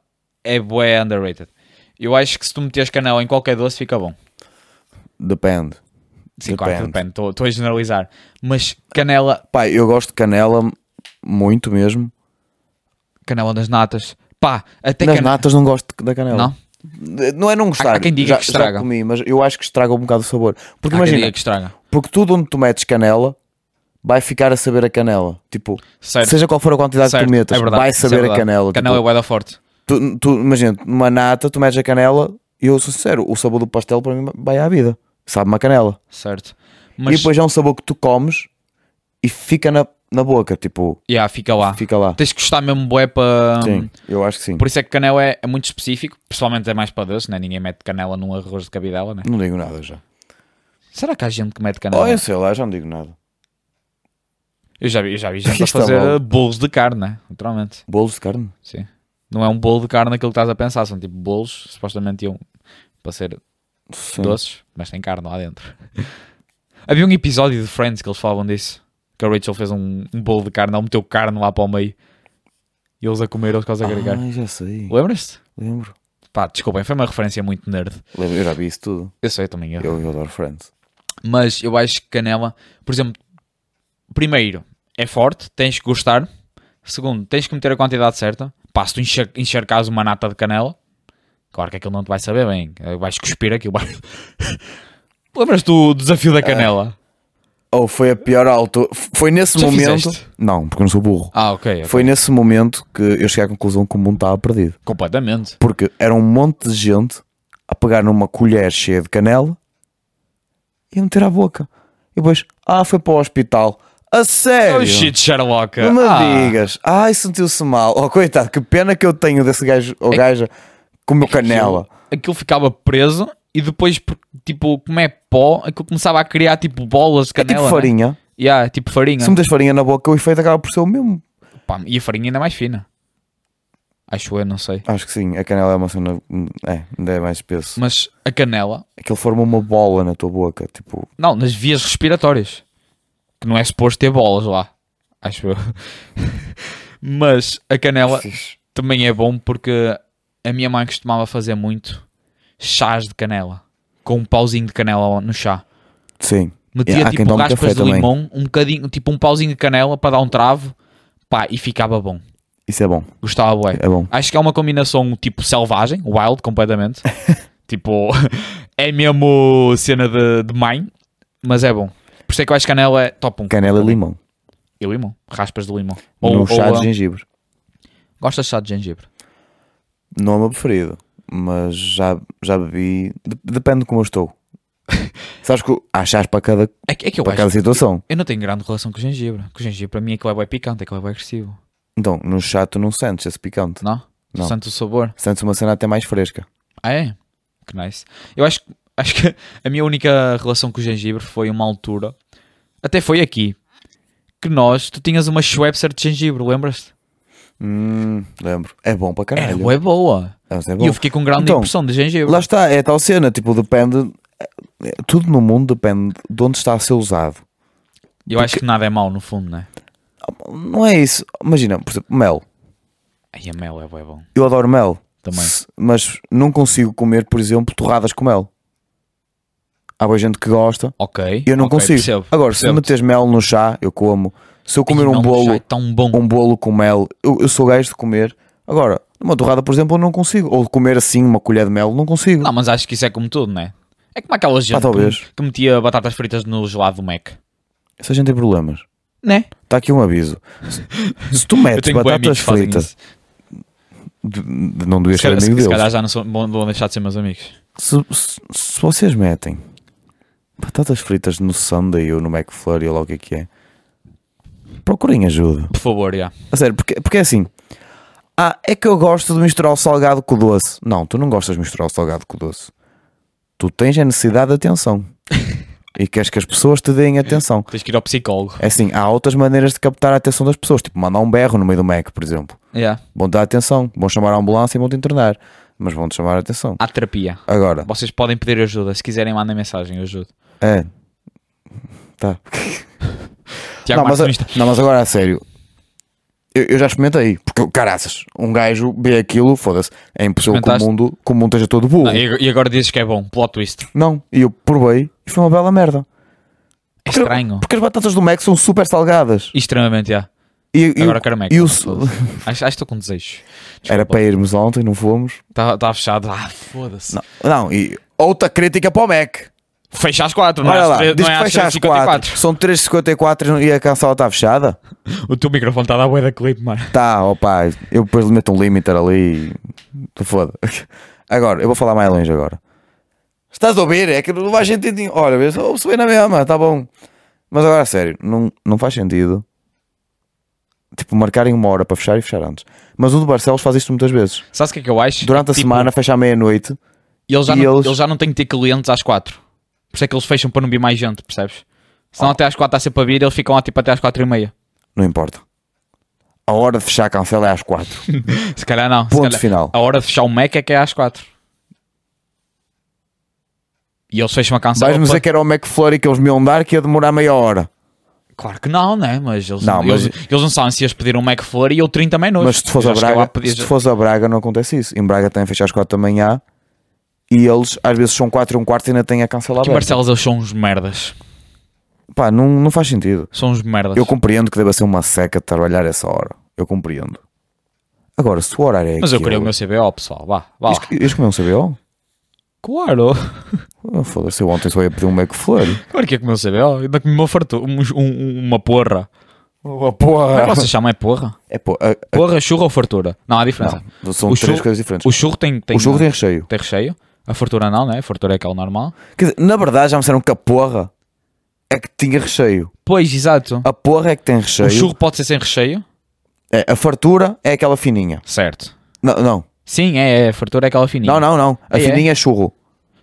S1: é bué underrated. Eu acho que se tu meteres canela em qualquer doce fica bom.
S2: Depende.
S1: Sim, claro,
S2: Depende.
S1: depende. Estou a generalizar. Mas canela
S2: Pai, eu gosto de canela muito mesmo.
S1: canela nas natas. Pá, até
S2: Nas
S1: canela.
S2: natas não gosto da canela.
S1: Não,
S2: Não é não gostar.
S1: Há- há quem diga
S2: já,
S1: que estraga.
S2: Já comi, mas eu acho que estraga um bocado o sabor.
S1: há
S2: Porque
S1: quem
S2: imagina,
S1: diga que estraga.
S2: porque tudo onde tu metes canela vai ficar a saber a canela. Tipo,
S1: Certo,
S2: seja qual for a quantidade
S1: certo,
S2: que tu metas,
S1: é verdade,
S2: vai
S1: isso é
S2: saber a
S1: verdade.
S2: canela.
S1: canela é
S2: Tipo,
S1: bué da forte.
S2: tu, tu- imagina, numa nata tu metes a canela e eu sou sincero, o sabor do pastel para mim vai à vida. Sabe-me a canela.
S1: Certo. Mas,
S2: E depois é um sabor que tu comes e fica na, na boca. Tipo,
S1: yeah, fica lá.
S2: fica lá.
S1: Tens que gostar mesmo bué para...
S2: Sim, eu acho que sim.
S1: Por isso é que canela é, é muito específico. Pessoalmente é mais para doce, né? Ninguém mete canela num arroz de cabidela, né?
S2: Não digo nada já.
S1: Será que há gente que mete canela?
S2: Oh, eu sei lá, já não digo nada.
S1: Eu já vi, eu já vi gente a
S2: Isto é
S1: fazer
S2: bom.
S1: uh, bolos de carne, né? Literalmente,
S2: Bolos de carne?
S1: sim. Não é um bolo de carne aquilo que estás a pensar. São tipo bolos, supostamente iam para ser
S2: Sim.
S1: doces, mas tem carne lá dentro. Havia um episódio de Friends que eles falavam disso. Que a Rachel fez um, um bolo de carne, ela meteu carne lá para o meio. E eles a comer, eles quase a agregar.
S2: Ah, já sei.
S1: Lembras-te?
S2: Lembro.
S1: Pá, desculpem, foi uma referência muito nerd.
S2: Lembro, Eu já vi isso tudo.
S1: Eu sei também. Eu.
S2: Eu, eu adoro Friends.
S1: Mas eu acho que canela, por exemplo, primeiro, é forte, tens que gostar. Segundo, tens que meter a quantidade certa. Pá, se tu encher- encharcares uma nata de canela, claro que aquilo não te vai saber bem. eh, Vais cuspir aquilo. Lembras-te do desafio da canela?
S2: Ou Oh, foi a pior altura. Foi nesse
S1: Já
S2: momento.
S1: fizeste?
S2: Não, porque eu não sou burro.
S1: Ah, ok. ok.
S2: Foi nesse momento que eu cheguei à conclusão que o mundo estava perdido.
S1: Completamente.
S2: Porque era um monte de gente a pegar numa colher cheia de canela e a meter à boca. E depois, ah, foi para o hospital. A sério?
S1: Oh shit, Sherlock.
S2: É, Não me
S1: Ah,
S2: digas. Ai, sentiu-se mal. Oh, coitado, que pena que eu tenho desse gajo
S1: É
S2: ou gaja com o meu canela.
S1: Aquilo ficava preso e depois, por- tipo, como é pó, aquilo começava a criar tipo bolas de
S2: É
S1: canela.
S2: tipo
S1: né?
S2: farinha.
S1: Yeah, é tipo farinha.
S2: Se metes farinha na boca, o efeito acaba por ser o mesmo.
S1: Pá, e a farinha ainda é mais fina. Acho eu, não sei.
S2: Acho que sim, a canela é uma cena. É, ainda é mais espesso. É
S1: Mas a canela,
S2: Aquilo forma uma bola na tua boca, tipo.
S1: não, nas vias respiratórias. Que não é suposto ter bolas lá. Acho eu. Mas a canela
S2: fixe.
S1: também é bom porque a minha mãe costumava fazer muito chás de canela. Com um pauzinho de canela no chá.
S2: Sim.
S1: Metia
S2: Yeah, há quem
S1: tipo
S2: tome
S1: raspas
S2: café
S1: de
S2: também.
S1: limão, um bocadinho, tipo um pauzinho de canela para dar um travo, pá, e ficava bom.
S2: Isso é bom,
S1: Gostava bué.
S2: é bom.
S1: Acho que é uma combinação tipo selvagem, wild completamente. tipo, é mesmo cena de, de mãe, mas é bom. Por isso é que eu acho que canela é top 1.
S2: Canela e limão.
S1: E limão, raspas de limão. Ou,
S2: Ou,
S1: ou,
S2: no chá de
S1: ah,
S2: gengibre.
S1: gostas de chá de gengibre?
S2: Não é o meu preferido, mas já, já bebi. de- depende de como eu estou. Sabes que há chás para cada,
S1: É, que- é que eu
S2: para
S1: acho.
S2: cada situação.
S1: Eu não tenho grande relação com o gengibre. Com o gengibre, para mim, aquilo é bué picante, aquilo é bué agressivo.
S2: Então, no chá tu não sentes esse picante.
S1: Não? Tu
S2: Não.
S1: Sente o sabor.
S2: Sentes uma cena até mais fresca.
S1: Ah, é? Que nice. Eu acho, que- acho que a minha única relação com o gengibre foi uma altura, até foi aqui, que nós, tu tinhas uma Schweppes de gengibre, lembras-te?
S2: Hum, lembro. É bom para
S1: Era
S2: caralho.
S1: bué boa.
S2: Mas é
S1: E
S2: bom.
S1: eu fiquei com grande
S2: Então,
S1: impressão de gengibre.
S2: Lá está, é tal cena, tipo, depende. é, Tudo no mundo depende de onde está a ser usado.
S1: eu acho que nada é mau, no fundo, né?
S2: Não é isso. Imagina, por exemplo, mel.
S1: Ai, a mel é bué bom.
S2: Eu adoro mel.
S1: Também.
S2: S- Mas não consigo comer, por exemplo, torradas com mel. Há boa gente que gosta.
S1: Ok.
S2: Eu não
S1: ok,
S2: consigo.
S1: percebo,
S2: Agora, se
S1: percebo.
S2: metes mel no chá, eu como. Se eu comer
S1: Ai,
S2: um
S1: mel no chá
S2: bolo,
S1: É tão bom.
S2: um bolo com mel, eu, eu sou gajo de comer. Agora, numa torrada, por exemplo, eu não consigo. Ou de comer assim uma colher de mel, não consigo.
S1: Não, mas acho que isso é como tudo, né? É como aquela gente
S2: Ah, talvez.
S1: que, que metia batatas fritas no gelado do Mac.
S2: Essa gente tem problemas.
S1: Né?
S2: Está aqui um aviso. Se- Se tu metes
S1: bué amigos
S2: É batatas
S1: que fazem
S2: fritas,
S1: isso.
S2: de- de- não devias
S1: Se
S2: ser
S1: calhar,
S2: amigo
S1: se, se calhar
S2: deles.
S1: já não são, vão, vão deixar de ser meus amigos.
S2: Se, se- se vocês metem Batatas fritas no Sunday ou no McFlurry ou lá o que é que é. Procurem ajuda.
S1: Por favor, já.
S2: A sério, porque, porque é assim. Ah, é que eu gosto de misturar o salgado com o doce. Não, tu não gostas de misturar o salgado com o doce. Tu tens a necessidade de atenção. e queres que as pessoas te deem atenção.
S1: Tens que ir ao psicólogo.
S2: É assim, há outras maneiras de captar a atenção das pessoas. Tipo, mandar um berro no meio do Mac, por exemplo.
S1: Já.
S2: Vão dar atenção. Vão chamar a ambulância e vão te internar. Mas vão te chamar a atenção.
S1: Há terapia.
S2: Agora,
S1: Vocês podem pedir ajuda. Se quiserem, mandem mensagem. Eu ajudo.
S2: é. Tá.
S1: Tiago
S2: não, mas, é-
S1: Marques no Insta.
S2: não, mas agora a sério. Eu, eu já experimentei, porque caraças, um gajo vê aquilo, foda-se, é impossível que o
S1: Experimentaste?
S2: mundo, que o mundo esteja todo burro.
S1: Não, e e agora dizes que é bom. Plot twist.
S2: Não, e eu provei e foi uma bela merda.
S1: É estranho.
S2: Porque as batatas do Mac são super salgadas.
S1: Extremamente, já.
S2: E, e-
S1: Agora quero Mac.
S2: e o-
S1: Acho acho que estou com desejos.
S2: Era para irmos ontem, não fomos.
S1: Está tá fechado. Ah, foda-se.
S2: Não, não, e outra crítica para o Mac.
S1: Fecha às 4, não é?
S2: Olha
S1: às
S2: lá,
S1: três-
S2: diz
S1: não é
S2: que
S1: às
S2: fecha às
S1: 3h54.
S2: 4. São 3h54 e a cancela está fechada.
S1: O teu microfone está a dar bué da clipe, mano.
S2: Tá, opa, eu depois lhe meto um limiter ali e tu foda. Agora, eu vou falar mais longe agora. Estás a ouvir? É que não faz sentido. Olha, vês, ouve-se bem na mesma, tá bom. Mas agora, a sério, não, não faz sentido. Tipo, marcarem uma hora para fechar e fechar antes. Mas o do Barcelos faz isto muitas vezes.
S1: Sabes o que é que eu acho?
S2: Durante a
S1: Tipo,
S2: semana, fecha à meia-noite.
S1: eles já,
S2: e
S1: não,
S2: eles-
S1: eles já não têm que ter clientes às 4. Por isso é que eles fecham para não vir mais gente, percebes?
S2: Oh.
S1: Senão até às 4 está sempre a vir, eles ficam lá tipo até às 4 e meia.
S2: Não importa. A hora de fechar a cancela é às quatro.
S1: Se calhar não. se
S2: Ponto
S1: calhar-
S2: final.
S1: A hora de fechar o Mac é que é às 4. E eles fecham a cancela.
S2: Vais-me dizer
S1: para-
S2: que era o McFlurry que eles me iam dar que ia demorar meia hora.
S1: Claro que não, né? Mas eles
S2: Não,
S1: não,
S2: mas-
S1: Eles, eles não sabem se eles pediram um Mac Flurry ou 30 menos.
S2: Mas se tu fores a
S1: é
S2: Braga, se tu fores a Braga não acontece isso. Em Braga tem fecha às 4 da manhã e eles às vezes são 4 e um quarto e ainda têm a cancelar.
S1: Que Barcelos eles são uns merdas.
S2: Pá, não, não faz sentido.
S1: São uns merdas.
S2: Eu compreendo que deva ser uma seca de trabalhar essa hora. Eu compreendo. Agora, se o horário é
S1: Mas eu
S2: aquele-
S1: queria o meu CBO, pessoal. Vá, vá lá.
S2: Ias- Ias comer um CBO?
S1: Claro.
S2: Oh, Foda-se, eu ontem só ia pedir um McFlurry.
S1: Claro que é comer o CBO. Ainda comi uma fartura, um- um- uma porra.
S2: Oh,
S1: Como é que
S2: porra!
S1: vocês chamam? É porra?
S2: É, pô, a- a-
S1: Porra, churro ou fartura? Não há diferença.
S2: não, são
S1: O
S2: três
S1: churro-
S2: coisas diferentes.
S1: O churro tem, tem,
S2: o jogo tem recheio.
S1: tem recheio. A fartura não, né? A fartura é aquela normal.
S2: Quer dizer, na verdade já me disseram que a porra é que tinha recheio.
S1: Pois, exato.
S2: A porra é que tem recheio.
S1: O churro pode ser sem recheio?
S2: É, a fartura é aquela fininha.
S1: Certo.
S2: Não, não.
S1: Sim, é, é. A fartura é aquela fininha.
S2: Não, não, não. A
S1: É, é.
S2: fininha é churro.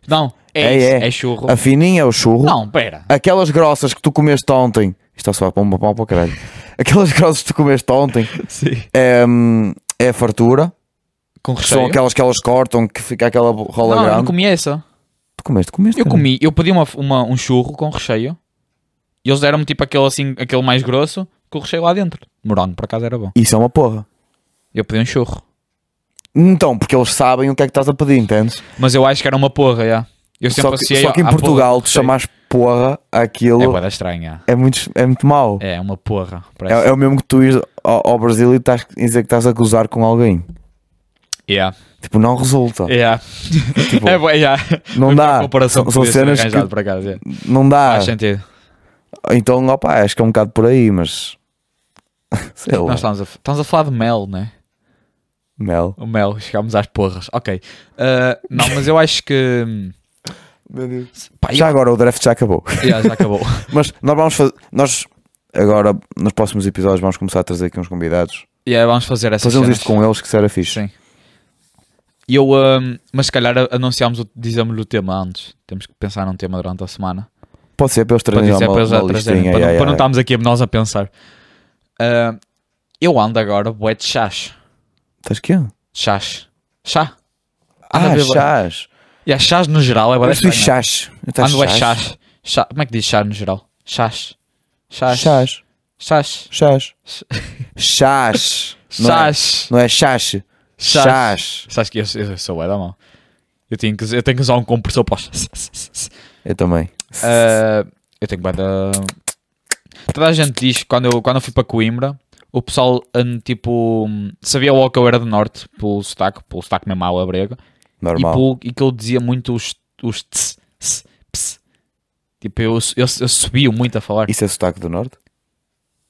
S1: Não, é,
S2: É,
S1: isso,
S2: é.
S1: é churro.
S2: A fininha é o churro.
S1: Não, pera.
S2: Aquelas grossas que tu comeste ontem. Isto está só para uma pau para o caralho. Aquelas grossas que tu comeste ontem
S1: Sim.
S2: é, hum, é a fartura.
S1: Com
S2: Que
S1: recheio?
S2: são aquelas que elas cortam, que fica aquela rola
S1: não, eu não
S2: grande.
S1: comi essa.
S2: Tu comeste, comeste. é?
S1: Eu
S2: caralho.
S1: comi, eu pedi uma, uma- um churro com recheio e eles deram-me tipo aquele assim, aquele mais grosso com o recheio lá dentro. Morango, por acaso era bom.
S2: Isso é uma porra.
S1: Eu pedi um churro.
S2: Então, porque eles sabem o que é que estás a pedir, entendes?
S1: Mas eu acho que era uma porra, já. Eu sempre
S2: Só que,
S1: associei
S2: só que
S1: à
S2: em
S1: porra
S2: Portugal,
S1: com
S2: tu
S1: recheio.
S2: chamas porra
S1: É
S2: aquilo
S1: boeda estranha.
S2: é, muito, é muito mau.
S1: É uma porra. Parece.
S2: É, é o mesmo que tu ires ao, ao Brasil e estás a dizer que estás a gozar com alguém.
S1: Yeah.
S2: Tipo, não resulta.
S1: Yeah.
S2: Tipo,
S1: é boa, yeah.
S2: não dá.
S1: A É, comparação
S2: São-
S1: que
S2: são
S1: podia ser
S2: cenas
S1: arranjado,
S2: que- Ah,
S1: por acaso. yeah.
S2: Não dá.
S1: Faz sentido.
S2: Então, opa, acho que é um bocado por aí, mas. Sei lá.
S1: Nós estamos a, estamos a falar de mel, né?
S2: Mel.
S1: O mel, chegámos às porras. Ok. Ah, não, mas eu acho que. hum, Pá, eu-
S2: Já agora o draft já acabou.
S1: Yeah, já acabou.
S2: mas nós vamos fazer. Nós agora, nos próximos episódios, vamos começar a trazer aqui uns convidados.
S1: Yeah, vamos fazer essas
S2: Fazemos
S1: cenas.
S2: isto com eles que será fixe.
S1: Sim. E eu, hum, mas se calhar anunciámos, o- dizemos o tema antes. Temos que pensar num tema durante a semana.
S2: Pode ser para eles
S1: Para
S2: trazerem
S1: dizer,
S2: uma,
S1: para eles já
S2: uma listinha.
S1: trazerem, para, não,
S2: ai,
S1: para não tá-
S2: ai,
S1: estarmos aqui nós a pensar. Ah, eu ando agora bué de chás.
S2: Estás quê?
S1: Chás. Chá. Anda a
S2: Ah,
S1: beber-
S2: chás.
S1: E há chás no geral é bué
S2: Mas tu
S1: de
S2: diz chás. Estás
S1: Ando bué de chás. Chá- Como é que diz chá no geral? Chás. Chás.
S2: Chás.
S1: Chás.
S2: Chás.
S1: Ch-
S2: Chás. Não é-
S1: Chás.
S2: Não é chás.
S1: Chás.
S2: Chás.
S1: Sabes que eu, eu, eu sou bué da mão. Eu tenho, que, eu tenho que usar um compressor para os...
S2: Eu também.
S1: Ah, eu tenho bué da. Toda a gente diz que quando eu, quando eu fui para Coimbra, o pessoal hum, tipo hum, sabia logo que eu era do norte, pelo sotaque, pelo sotaque mesmo à brega, e,
S2: Normal.
S1: pelo, e que eu dizia muito os, os tss, tss, ps. Tipo, eu, eu, eu subio muito a falar.
S2: Isso é sotaque do norte?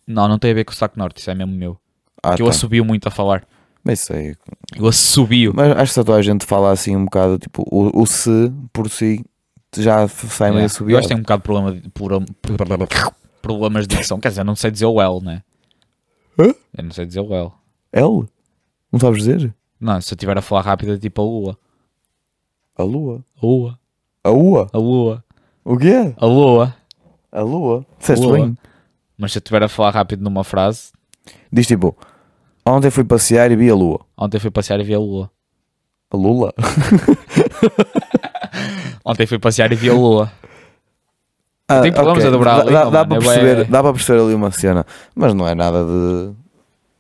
S1: Não, não tem a ver com o sotaque norte, isso é mesmo meu.
S2: Ah,
S1: que eu
S2: tá.
S1: assobio muito a falar.
S2: Mas isso aí. é
S1: Eu assobio.
S2: Mas acho que só toda a gente fala assim um bocado, tipo, o, o se por si já sai meio
S1: Yeah.
S2: a subir.
S1: Eu acho que tem um bocado de problema de, plura- problemas de dicção. Quer dizer, eu não sei dizer o L, né?
S2: Hã?
S1: Eu não sei dizer o L.
S2: L? Não sabes dizer?
S1: Não, se eu estiver a falar rápido é tipo a lua.
S2: A lua.
S1: A lua.
S2: A ua?
S1: A lua.
S2: O quê?
S1: A lua.
S2: A lua. Disseste
S1: Lua.
S2: bem.
S1: Mas se eu estiver a falar rápido numa frase,
S2: Diz tipo, ontem fui passear e vi a lua.
S1: ontem fui passear e vi a lua.
S2: A lula?
S1: Ontem fui passear e vi a lua.
S2: Ah,
S1: Tem problemas
S2: ok.
S1: a dobrar a
S2: Dá- Dá,
S1: língua,
S2: dá
S1: mano,
S2: para
S1: é
S2: perceber,
S1: bué.
S2: dá para perceber ali uma cena, mas não é nada de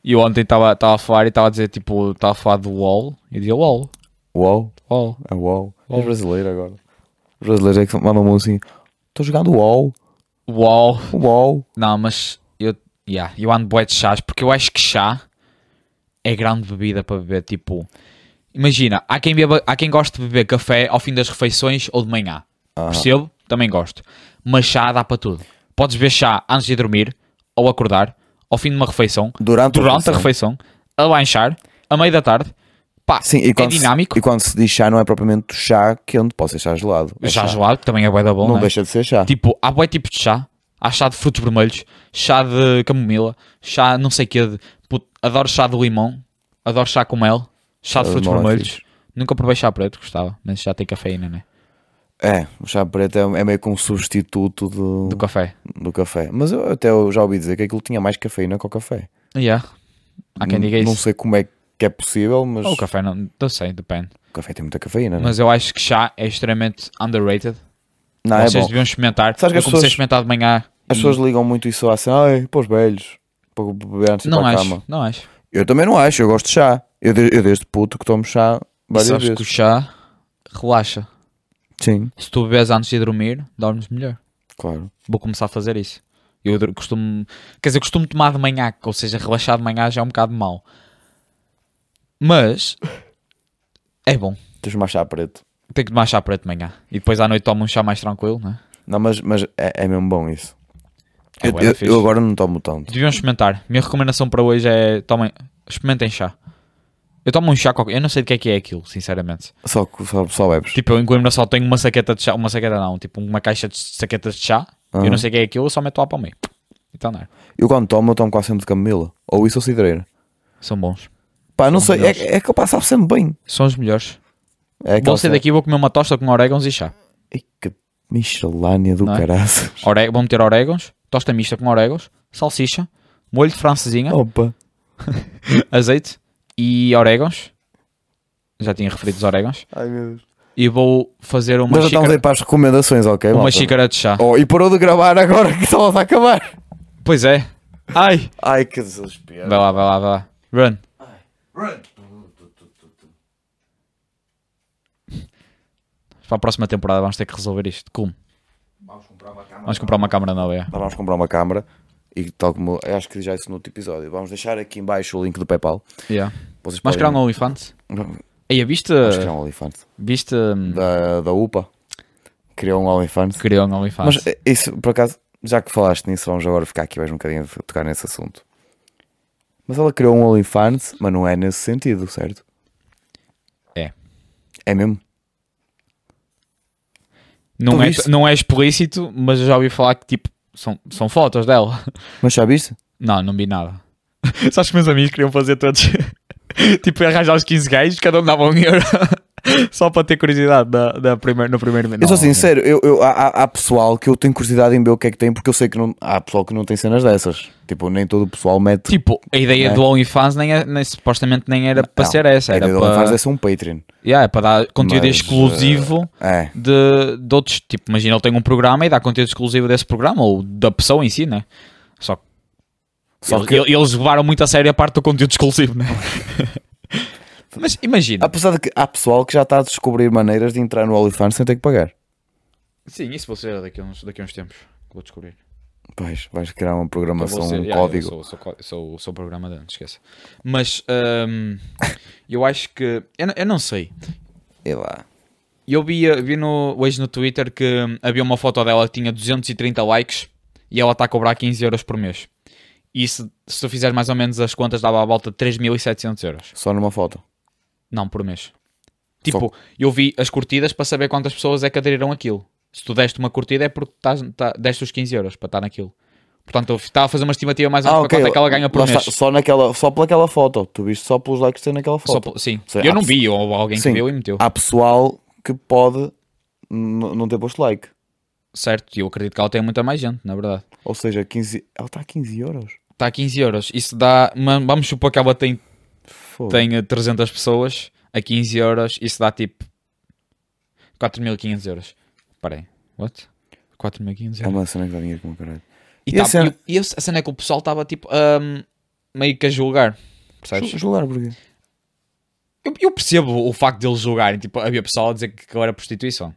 S1: E eu ontem estava estava a falar e estava a dizer tipo, estava a falar do wall e dizia wall.
S2: uau,
S1: Wall.
S2: é uau.
S1: Uau.
S2: É brasileiro agora. Os brasileiros é que mandam assim, estou jogando uau,
S1: Wall.
S2: uau.
S1: Não, mas eu, yeah, eu ando bué de chás porque eu acho que chá é grande bebida para beber. Tipo, imagina, há quem, beba, há quem gosta de beber café ao fim das refeições ou de manhã.
S2: Ah.
S1: Percebo? Também gosto. Mas chá dá para tudo. Podes beber chá antes de dormir, ou acordar, ao fim de uma refeição,
S2: Durante,
S1: durante a refeição, a lanchar, a meio da tarde. Pá,
S2: Sim, e
S1: é
S2: quando, se-
S1: dinâmico.
S2: e quando se diz chá não é propriamente chá quente, pode ser chá gelado. É
S1: chá gelado, que também é bué da bom,
S2: Não
S1: né?
S2: deixa de ser chá.
S1: Tipo, há bué tipos de chá. Há chá de frutos vermelhos, chá de camomila, chá não sei quê. De... Puto, adoro chá de limão, adoro chá com mel, chá de
S2: de
S1: frutos
S2: limão é
S1: vermelhos. Nunca provei chá preto, gostava, mas já tem cafeína, né?
S2: É, o chá preto é, é meio que um substituto do,
S1: Do café.
S2: do café. Mas eu até eu já ouvi dizer que aquilo tinha mais cafeína que o café.
S1: Yeah. Há quem diga
S2: Não
S1: isso.
S2: sei como é que é possível, mas
S1: Ou o café não, não sei, depende.
S2: o café tem muita cafeína. não é?
S1: Mas eu acho que chá é extremamente underrated.
S2: não, é
S1: Vocês
S2: bom.
S1: deviam experimentar.
S2: Sabes que
S1: eu
S2: as
S1: comecei a
S2: pessoas-
S1: experimentar de manhã.
S2: As pessoas ligam muito isso assim, ai, para os velhos, para beber antes de ir
S1: Não
S2: para a
S1: acho,
S2: cama.
S1: não acho.
S2: Eu também não acho, eu gosto de chá. Eu, de- eu desde puto que tomo chá
S1: E
S2: várias
S1: sabes
S2: vezes.
S1: que o chá relaxa.
S2: Sim,
S1: Se tu bebes antes de dormir, dormes melhor.
S2: claro.
S1: Vou começar a fazer isso. Eu dur- costumo, quer dizer, costumo tomar de manhã, ou seja, relaxar de manhã já é um bocado mau. Mas é bom.
S2: Tens mais chá preto.
S1: Tenho que tomar chá preto de manhã. E depois à noite tomo um chá mais tranquilo, né?
S2: Não, mas, mas é, é mesmo bom isso.
S1: É
S2: eu,
S1: bué da
S2: eu-
S1: fixe.
S2: eu agora não tomo tanto.
S1: Deviam experimentar. Minha recomendação para hoje é tomem, experimentem chá. Eu tomo um chá qualquer, eu não sei do que é que é aquilo, sinceramente.
S2: Só, que- só, só bebes.
S1: Tipo, eu em Coimbra só tenho uma saqueta de chá, uma saqueta não, tipo uma caixa de saquetas de chá. Eu
S2: Aham.
S1: não sei o que é aquilo, eu só meto lá para o meio. Então não,
S2: Eu quando tomo, eu tomo quase sempre de camomila. Ou isso ou cidreira.
S1: são bons.
S2: Pá, não
S1: São
S2: sei, é, é que eu passava sempre bem.
S1: São os melhores.
S2: É
S1: Vou
S2: aquela
S1: sair
S2: cena-
S1: daqui e vou comer uma tosta com orégãos e chá.
S2: Ei, que michelânia do
S1: Não é?
S2: caraças.
S1: Ore... Vou meter orégãos, tosta mista com orégãos, salsicha, molho de francesinha,
S2: Opa.
S1: azeite e orégãos. Já tinha referido os orégãos.
S2: Ai meu Deus.
S1: E vou fazer uma,
S2: Mas já estamos
S1: xícara...
S2: aí para as recomendações, ok?
S1: uma
S2: malta?
S1: xícara de chá.
S2: Oh, e parou de gravar agora que estava a acabar.
S1: Pois é. Ai!
S2: Ai que desespero.
S1: Vai lá, vai lá, vai lá. Run. Para a próxima temporada vamos ter que resolver isto. Como?
S2: Vamos comprar uma câmara.
S1: Vamos comprar uma câmara nova. é.
S2: Nós vamos comprar uma câmara e tal como eu acho que já isso no outro episódio. Vamos deixar aqui em baixo o link do PayPal.
S1: Yeah.
S2: Vocês
S1: Vamos criar um
S2: podem...
S1: OnlyFans? Aí, viste.
S2: Vamos criar um OnlyFans.
S1: Viste. hum,
S2: Da, da UPA. Criou um OnlyFans.
S1: Criou um OnlyFans.
S2: Mas eh, isso, por acaso, já que falaste nisso, vamos agora ficar aqui mais um bocadinho a tocar nesse assunto. Mas ela criou um OnlyFans, mas não é nesse sentido, certo?
S1: É.
S2: É mesmo?
S1: Não
S2: Tu
S1: é,
S2: viste?
S1: não é explícito, mas eu já ouvi falar que tipo são, são fotos dela.
S2: Mas já viste?
S1: Não, não vi nada. Sabes que meus amigos queriam fazer todos tipo arranjar os 15 gajos, cada um dava um euro só para ter curiosidade da, da primeira, no primeiro
S2: Eu sou sincero, eu, eu, há, há- há pessoal que eu tenho curiosidade em ver o que é que tem, porque eu sei que não, há pessoal que não tem cenas dessas. Tipo, nem todo o pessoal mete.
S1: Tipo, a ideia
S2: Né?
S1: do OnlyFans nem, é- nem- supostamente nem era para
S2: Não,
S1: ser essa,
S2: a
S1: era
S2: ideia do
S1: para,
S2: OnlyFans é ser um Patreon.
S1: Yeah, é para dar conteúdo
S2: Mas,
S1: exclusivo
S2: É.
S1: de, de outros. Tipo, imagina, ele tem um programa e dá conteúdo exclusivo desse programa ou da pessoa em si, né? Só que
S2: Só
S1: eles,
S2: que,
S1: ele- eles levaram muito a sério a parte do conteúdo exclusivo, né? Mas imagina.
S2: apesar de que há pessoal que já está a descobrir maneiras de entrar no OnlyFans sem ter que pagar.
S1: Sim, isso vou ser daqui a uns, daqui a uns tempos. que Vou descobrir.
S2: Vais, vais criar uma
S1: Eu
S2: programação,
S1: vou ser-
S2: um
S1: yeah,
S2: código.
S1: eu Sou, sou, co- sou, sou programa de antes, esquece. Mas hum, eu acho que. Eu, não- eu não sei.
S2: E lá.
S1: Eu vi, vi no, hoje no Twitter que hum, havia uma foto dela que tinha 230 likes e ela está a cobrar 15 euros por mês. E se, se tu fizeres mais ou menos as contas, dava à volta de 3.700 euros.
S2: Só numa foto.
S1: Não, por mês. Tipo, eu vi as curtidas para saber quantas pessoas é que aderiram aquilo. Se tu deste uma curtida é porque estás, tá, deste os 15 euros para estar naquilo. Portanto, eu estava a fazer uma estimativa mais ou menos para quanto é que ela ganha por
S2: Ah, lá
S1: mês.
S2: está, só, naquela, só por aquela foto. Tu viste só pelos likes que tem naquela
S1: Só
S2: foto.
S1: pelo- sim.
S2: Sim,
S1: eu
S2: há
S1: não
S2: pe-
S1: vi, ou alguém
S2: Sim. Ah.
S1: que viu e meteu.
S2: Há pessoal que pode n- não ter posto like.
S1: Certo, e eu acredito que ela tem muita mais gente, na verdade.
S2: Ou seja, 15... ela está a 15 euros.
S1: Está a 15 euros. Isso dá. man- Vamos supor que ela tem,
S2: Foda.
S1: tem eh, 300 pessoas a 15 euros. Isso dá tipo 4.500 euros. Peraí, what? 4.500
S2: É
S1: euros.
S2: uma cena que dá dinheiro como caralho.
S1: E,
S2: E
S1: tá-
S2: a cena-
S1: e- e a cena é que o pessoal estava tipo ahm, meio que a julgar. Percebes?
S2: Ju- Julgar porquê?
S1: Eu, eu percebo o facto deles julgarem. Tipo, havia pessoal a dizer que aquilo era prostituição.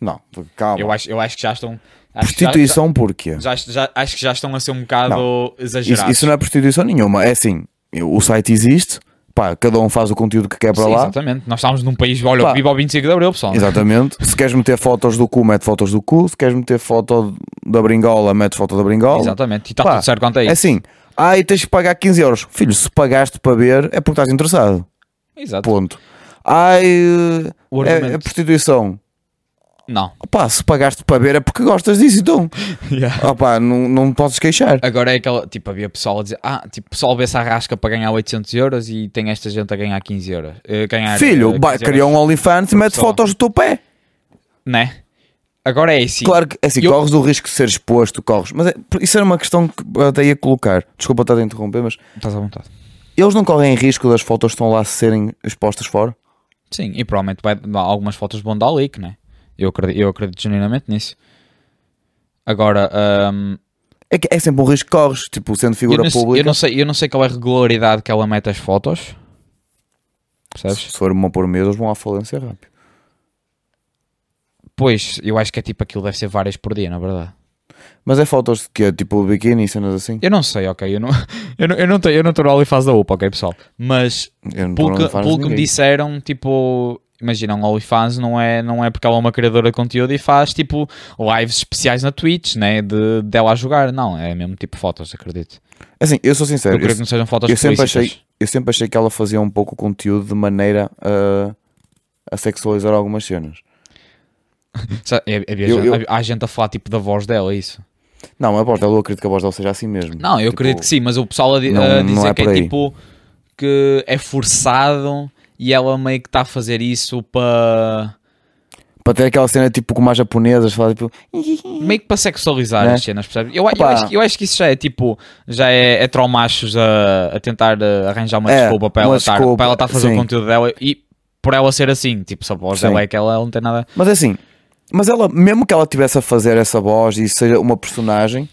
S2: Não, calma.
S1: Eu acho, eu acho que já estão. acho que já-
S2: Tá Prostituição porquê?
S1: já- já- já- acho que já estão a ser um bocado
S2: Isso,
S1: exagerados.
S2: isso não é prostituição nenhuma. É assim, eu- o site existe, pá, cada um faz o conteúdo que quer para
S1: Sim,
S2: lá.
S1: exatamente. Nós estávamos num país, olha,
S2: Pá.
S1: eu vivo ao 25 de Abril, pessoal.
S2: Exatamente. Se queres meter fotos do cu, mete fotos do cu. Se queres meter foto da bringola, mete foto da bringola.
S1: Exatamente. E está
S2: Pá,
S1: tudo certo quanto a
S2: É
S1: isso.
S2: assim, ai, tens que pagar 15 euros. Filho, se pagaste para ver, é porque estás interessado. assim,
S1: Exato.
S2: Ponto. Ai, eh,
S1: O
S2: é,
S1: argumento.
S2: é prostituição.
S1: Não.
S2: Opá, se pagaste para ver é porque gostas disso, então. Opá, não, não me podes queixar.
S1: Agora é aquela, tipo, havia pessoal a dizer, ah, tipo, pessoal vê-se a rasca para ganhar 800 euros e tem esta gente a ganhar 15 euros. Eh, ganhar,
S2: Filho,
S1: eh,
S2: ba-
S1: 15
S2: cria
S1: euros.
S2: um OnlyFans e mete
S1: pessoal.
S2: fotos do teu pé. um-
S1: Né? Agora é assim.
S2: Claro que, é assim,
S1: Eu-
S2: corres o risco de ser exposto, corres. Mas é- isso era uma questão que eu até ia colocar. Desculpa estar a interromper, mas
S1: Estás à vontade.
S2: eles não correm risco das fotos que estão lá serem expostas fora?
S1: Sim, e provavelmente vai, algumas fotos vão dar leak, né? Eu acredito, eu acredito genuinamente nisso. Agora, ahm,
S2: É, que é sempre um risco que corres, tipo, sendo
S1: eu,
S2: figura
S1: não, sei-
S2: pública.
S1: eu, não sei, eu não sei qual é a regularidade que ela mete as fotos. Percebes?
S2: Se for uma por mês, eles vão à falência rápido.
S1: Pois, eu acho que é tipo aquilo, deve ser várias por dia, na verdade.
S2: Mas é fotos que é tipo biquíni e cenas assim?
S1: Eu não sei, ok. Eu não eu não, eu não, tenho- eu não estou na OnlyFans da UPA, ok, pessoal. Mas
S2: Eu não
S1: pelo
S2: tô
S1: que,
S2: a falar de
S1: pelo que me
S2: ninguém.
S1: disseram, tipo, imagina, um OnlyFans não é, não é porque ela é uma criadora de conteúdo e faz tipo lives especiais na Twitch, né? De dela a jogar. Não, é mesmo tipo fotos, acredito.
S2: Assim, eu sou sincero,
S1: Eu
S2: eu,
S1: creio que não sejam fotos
S2: eu sempre
S1: explícitas.
S2: achei, eu sempre achei que ela fazia um pouco o conteúdo de maneira a- a sexualizar algumas cenas.
S1: Sa- é- é- havia
S2: Eu-
S1: gente-
S2: eu-
S1: havia- Há gente a falar tipo da voz dela, é isso.
S2: Não, mas a voz dela, eu acredito que a voz dela seja assim mesmo.
S1: Não, eu
S2: Tipo,
S1: acredito que sim, mas o pessoal a, di-
S2: não-
S1: a
S2: não
S1: dizer
S2: é
S1: que
S2: por
S1: é
S2: aí.
S1: tipo que é forçado e ela meio que está a fazer isso para.
S2: Para ter aquela cena tipo como as japonesas, falar tipo.
S1: meio que para sexualizar
S2: Né?
S1: as cenas, percebes? Eu, eu
S2: Opa.
S1: acho, que- eu acho que isso já é tipo, já é, é traumachos a, a tentar eh, arranjar uma
S2: É,
S1: desculpa para ela
S2: uma
S1: estar,
S2: desculpa,
S1: para ela estar a fazer
S2: sim.
S1: o conteúdo dela e por ela ser assim, tipo, só a voz
S2: Sim.
S1: dela é que ela não tem nada.
S2: Mas assim, mas ela, mesmo que ela tivesse a fazer essa voz e seja uma personagem,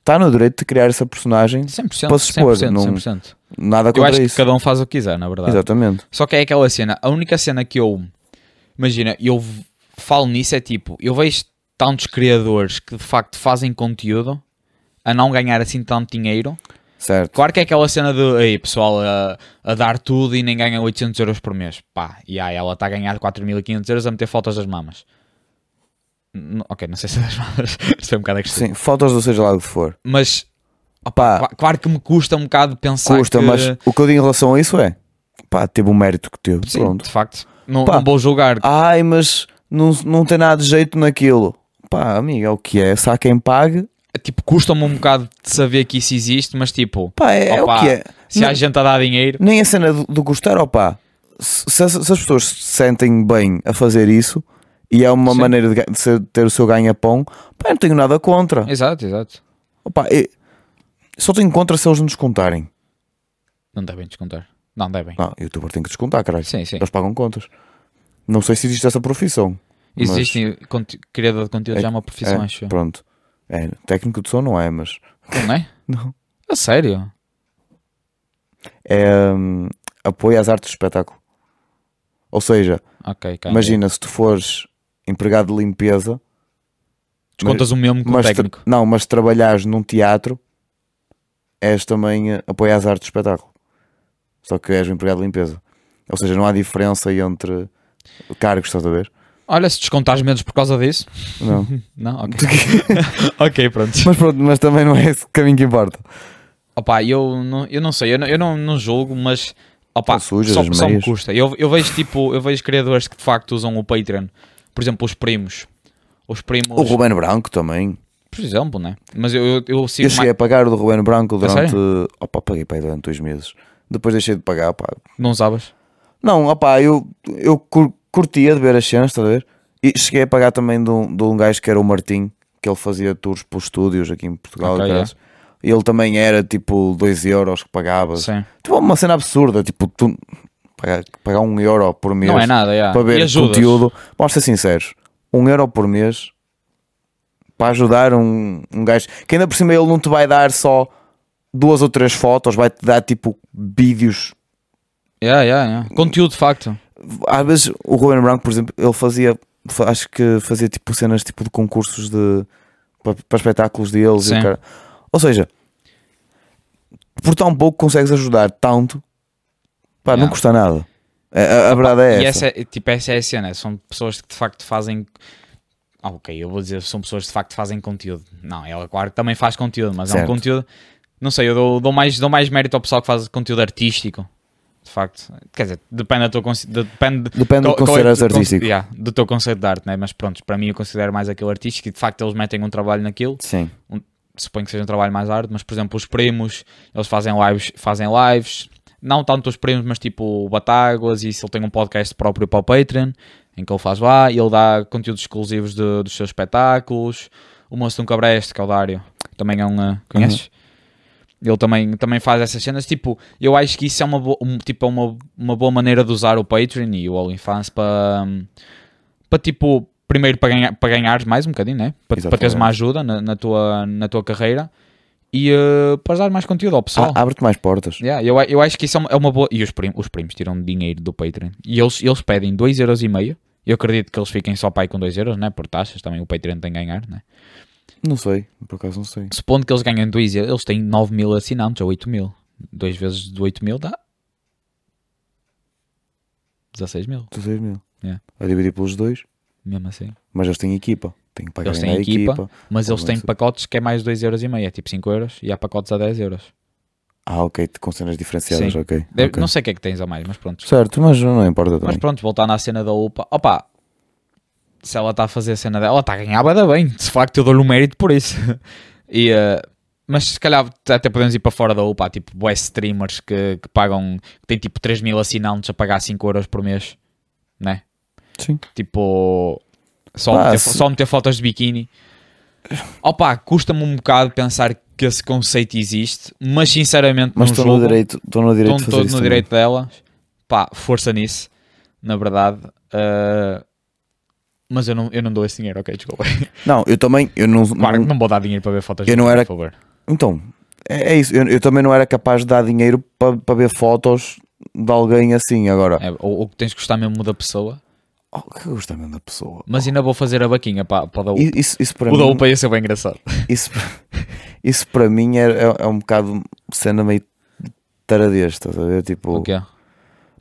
S2: está no direito de criar essa personagem,
S1: 100%,
S2: Para se expor,
S1: 100%,
S2: não-
S1: 100%.
S2: nada
S1: Eu acho
S2: contra isso.
S1: que cada um faz o que quiser, na verdade.
S2: Exatamente.
S1: Só que é aquela cena, a única cena que eu imagina, eu v- falo nisso é tipo, eu vejo tantos criadores que de facto fazem conteúdo a não ganhar assim tanto dinheiro
S2: Certo.
S1: Claro que é aquela cena de aí pessoal a, a dar tudo e nem ganha 800 euros por mês. Pá, e aí ela está a ganhar 4.500 euros a meter fotos das mamas. N- ok, não sei se é das mamas. Isto foi um bocado agressivo.
S2: Sim, fotos do seja lá o que for.
S1: Mas
S2: Pá,
S1: cla- claro que me custa um bocado pensar.
S2: custa,
S1: que,
S2: mas o que eu digo em relação a isso é. Pá, teve o mérito que teve.
S1: Sim,
S2: Pronto.
S1: de facto, não,
S2: Pá.
S1: não vou julgar.
S2: Ai, mas não, não tem nada de jeito naquilo. Pá, amigo, é o que é. Se há quem pague,
S1: Tipo, custa-me um bocado de saber que isso existe, mas tipo,
S2: pá, é, é
S1: Opa,
S2: o que é.
S1: se há
S2: Não-
S1: gente a dar dinheiro,
S2: Nem a cena do, do gostar, opá. Se, se as se as pessoas se sentem bem a fazer isso e é uma
S1: Sim.
S2: maneira de, ga- de ser- ter o seu ganha-pão, pá, eu não tenho nada contra.
S1: exato, exato.
S2: Opá, eu- só tenho contra se eles não descontarem.
S1: Não devem descontar. Não devem.
S2: Não, Ah, youtuber tem que descontar, caralho.
S1: Sim, sim.
S2: Eles pagam contas. Não sei se existe essa profissão. mas-
S1: Existem conte- criador de conteúdo já é uma profissão,
S2: é,
S1: acho. eu.
S2: Pronto. É, técnico de som não é, mas
S1: Não é?
S2: Não.
S1: A sério?
S2: é hum, apoio às artes do espetáculo. Ou seja,
S1: Ok, cara.
S2: imagina se tu fores empregado de limpeza
S1: Descontas o mesmo com o
S2: mas tra-
S1: técnico.
S2: não, mas trabalhares num teatro és também eh, apoiar as artes de espetáculo. Só que és um empregado de limpeza. Ou seja, não há diferença entre cargos, estás a ver?
S1: Olha, se descontares menos por causa disso.
S2: Não.
S1: Não, ok. ok, pronto.
S2: mas pronto, mas também não é esse o caminho que importa.
S1: Opa, eu não, eu não sei, eu não, eu não, não julgo, mas. Opa,
S2: Estão sujas
S1: só,
S2: as
S1: só me
S2: meias.
S1: custa. Eu, eu vejo tipo, eu vejo criadores que de facto usam o Patreon. Por exemplo, os primos. os primos,
S2: O Rubén Branco também.
S1: por exemplo, né? Mas eu, eu, eu sigo
S2: eu cheguei
S1: mais-
S2: a pagar o do Rubén Branco durante.
S1: sério?
S2: Opa, paguei para durante dois meses. Depois deixei de pagar, pá.
S1: Não usavas?
S2: Não, opá, eu, eu cur- curtia de ver as cenas, estás a ver? E cheguei a pagar também de um, de um gajo que era o Martim, que ele fazia tours pelos estúdios aqui em Portugal.
S1: Ok,
S2: e caralho. Ele também era tipo 2 euros que pagava.
S1: Sim.
S2: Tipo, uma cena absurda, tipo, tu pagar, pagar um euro por mês
S1: Não é nada, yeah.
S2: para ver
S1: e ajudas.
S2: conteúdo. Vamos ser sinceros, um euro por mês para ajudar um, um gajo que ainda por cima ele não te vai dar só duas ou três fotos, vai-te dar tipo vídeos
S1: Yeah, yeah, yeah. Conteúdo de facto.
S2: às vezes o Ruben Branco, por exemplo, ele fazia, fa- acho que fazia tipo cenas tipo de concursos de para, para espetáculos deles. e o
S1: Sim.
S2: cara- Ou seja, por tão pouco consegues ajudar tanto, pá, não
S1: Yeah.
S2: custa nada. A, a- a verdade é
S1: E
S2: essa.
S1: essa é, tipo, essa é a cena. São pessoas que de facto fazem. Ah, ok, eu vou dizer, são pessoas que de facto fazem conteúdo. Não, ela, claro, que também faz conteúdo, mas é um
S2: Certo.
S1: conteúdo. Não sei, eu dou, dou mais, dou mais mérito ao pessoal que faz conteúdo artístico. De facto, quer dizer, depende da tua. consi- de- Depende,
S2: Depende do
S1: qual-
S2: que
S1: qual é
S2: consideras
S1: o teu con-
S2: artístico.
S1: yeah, do teu conceito de arte, né? mas pronto, para mim eu considero mais aquele artístico e de facto eles metem um trabalho naquilo
S2: Sim,
S1: suponho que seja um trabalho mais árduo, mas por exemplo, os primos, eles fazem lives, fazem lives, não tanto os primos, mas tipo o Batáguas, e isso ele tem um podcast próprio para o Patreon, em que ele faz lá, e ele dá conteúdos exclusivos de- dos seus espetáculos, o Moço de um Cabreste, que é o Dário, também é um, eh, conheces? Ele também, também faz essas cenas, tipo, eu acho que isso é uma, bo- um- tipo, é uma, uma boa maneira de usar o Patreon e o OnlyFans para, hum, para tipo, primeiro para, ganhar, para ganhares mais um bocadinho, né? Para, para teres
S2: Exatamente.
S1: uma ajuda na, na tua, na tua carreira e eh, para dar mais conteúdo ao pessoal.
S2: Ah, abre-te mais portas.
S1: Yeah, eu, a- eu acho que isso é uma, é uma boa. E os, prim, os primos tiram dinheiro do Patreon e eles, eles pedem 2,5€. Eu acredito que eles fiquem só para aí com 2€, né? Por taxas também o Patreon tem que ganhar, né?
S2: Não sei, por acaso não sei.
S1: Supondo que eles ganham 2 euros, eles têm 9 mil assinantes ou 8 mil. 2 vezes 8 mil dá 16 mil,
S2: 16 mil.
S1: Yeah.
S2: A dividir pelos dois,
S1: mesmo assim.
S2: mas eles têm equipa. Têm que pagar
S1: Eles
S2: ainda
S1: têm
S2: a
S1: equipa, mas
S2: Como
S1: eles têm
S2: isso?
S1: pacotes que é mais 2 euros e meio, é tipo 5 euros e há pacotes a 10 euros.
S2: Ah, ok, com cenas diferenciadas,
S1: Sim.
S2: ok.
S1: Deve-
S2: ok.
S1: Não sei o que é que tens a mais, mas pronto.
S2: Certo, mas não importa também.
S1: Mas pronto, voltando à cena da UPA, opa, se ela está a fazer a cena dela, ela está a ganhar bada bem, de facto eu dou-lhe um mérito por isso. E, eh, mas se calhar até podemos ir para fora da UPA, há, tipo bué streamers que, que pagam, que têm tipo 3 mil assinantes a pagar 5 euros por mês, né?
S2: Sim.
S1: Tipo, só,
S2: Pá,
S1: meter,
S2: se-
S1: só meter fotos de biquíni. Opa, custa-me um bocado pensar que esse conceito existe, mas sinceramente
S2: Mas
S1: não
S2: estou
S1: julgo
S2: no direito, estou no direito
S1: estão
S2: de fazer
S1: todos
S2: isso
S1: no
S2: também.
S1: direito delas. Pá, força nisso, na verdade. Uh, mas eu não, eu não dou esse dinheiro, ok, desculpa.
S2: Não, eu também, eu não,
S1: Claro,
S2: não-
S1: não vou dar dinheiro para ver fotos.
S2: Eu
S1: de
S2: não
S1: mim,
S2: era-
S1: Por favor.
S2: então, é, é isso, eu, eu também não era capaz de dar dinheiro para ver fotos de alguém assim agora.
S1: É, ou, ou que tens que gostar mesmo da pessoa.
S2: Oh, que gosto mesmo da pessoa.
S1: Mas ainda vou fazer a vaquinha para, para dar o...
S2: I- Isso, isso para
S1: O da
S2: mim,
S1: UPA ia ser bem engraçado.
S2: isso, isso para mim é, é, é um bocado cena meio taradez, estás a ver? Tipo,
S1: O que é?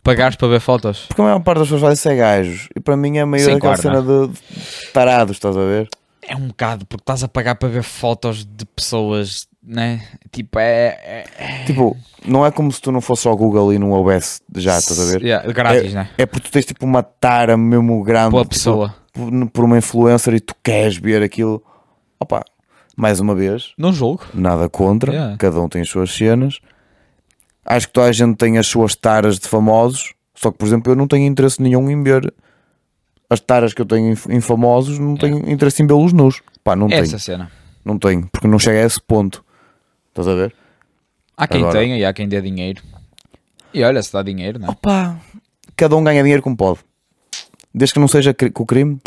S1: Pagares para ver fotos?
S2: porque a maior parte das pessoas fazem isso é gajos, e para mim é meio
S1: Sim,
S2: aquela
S1: claro,
S2: cena de de tarados, estás a ver?
S1: É um bocado, porque estás a pagar para ver fotos de pessoas, né? Tipo, é. é-
S2: Tipo, não é como se tu não fosse ao Google e não houvesse
S1: Tá,
S2: já, estás a ver?
S1: Yeah, grátis, né?
S2: É porque tu tens tipo uma tara mesmo grande
S1: Pela
S2: tipo,
S1: pessoa.
S2: por, por uma influencer e tu queres ver aquilo. Opa, mais uma vez,
S1: Não jogo.
S2: nada contra,
S1: Yeah.
S2: cada um tem as suas cenas. Acho que toda a gente tem as suas taras de famosos, só que, por exemplo, eu não tenho interesse nenhum em ver as taras que eu tenho em, f- em famosos, não tenho interesse em vê-los nus. Pá, não
S1: É Essa
S2: tenho,
S1: cena.
S2: não tenho, porque não chega a esse ponto. Estás a ver?
S1: Há quem
S2: Agora-
S1: tenha e há quem dê dinheiro. E olha, se dá dinheiro, não é?
S2: Opa, cada um ganha dinheiro como pode. Desde que não seja cri- com o crime,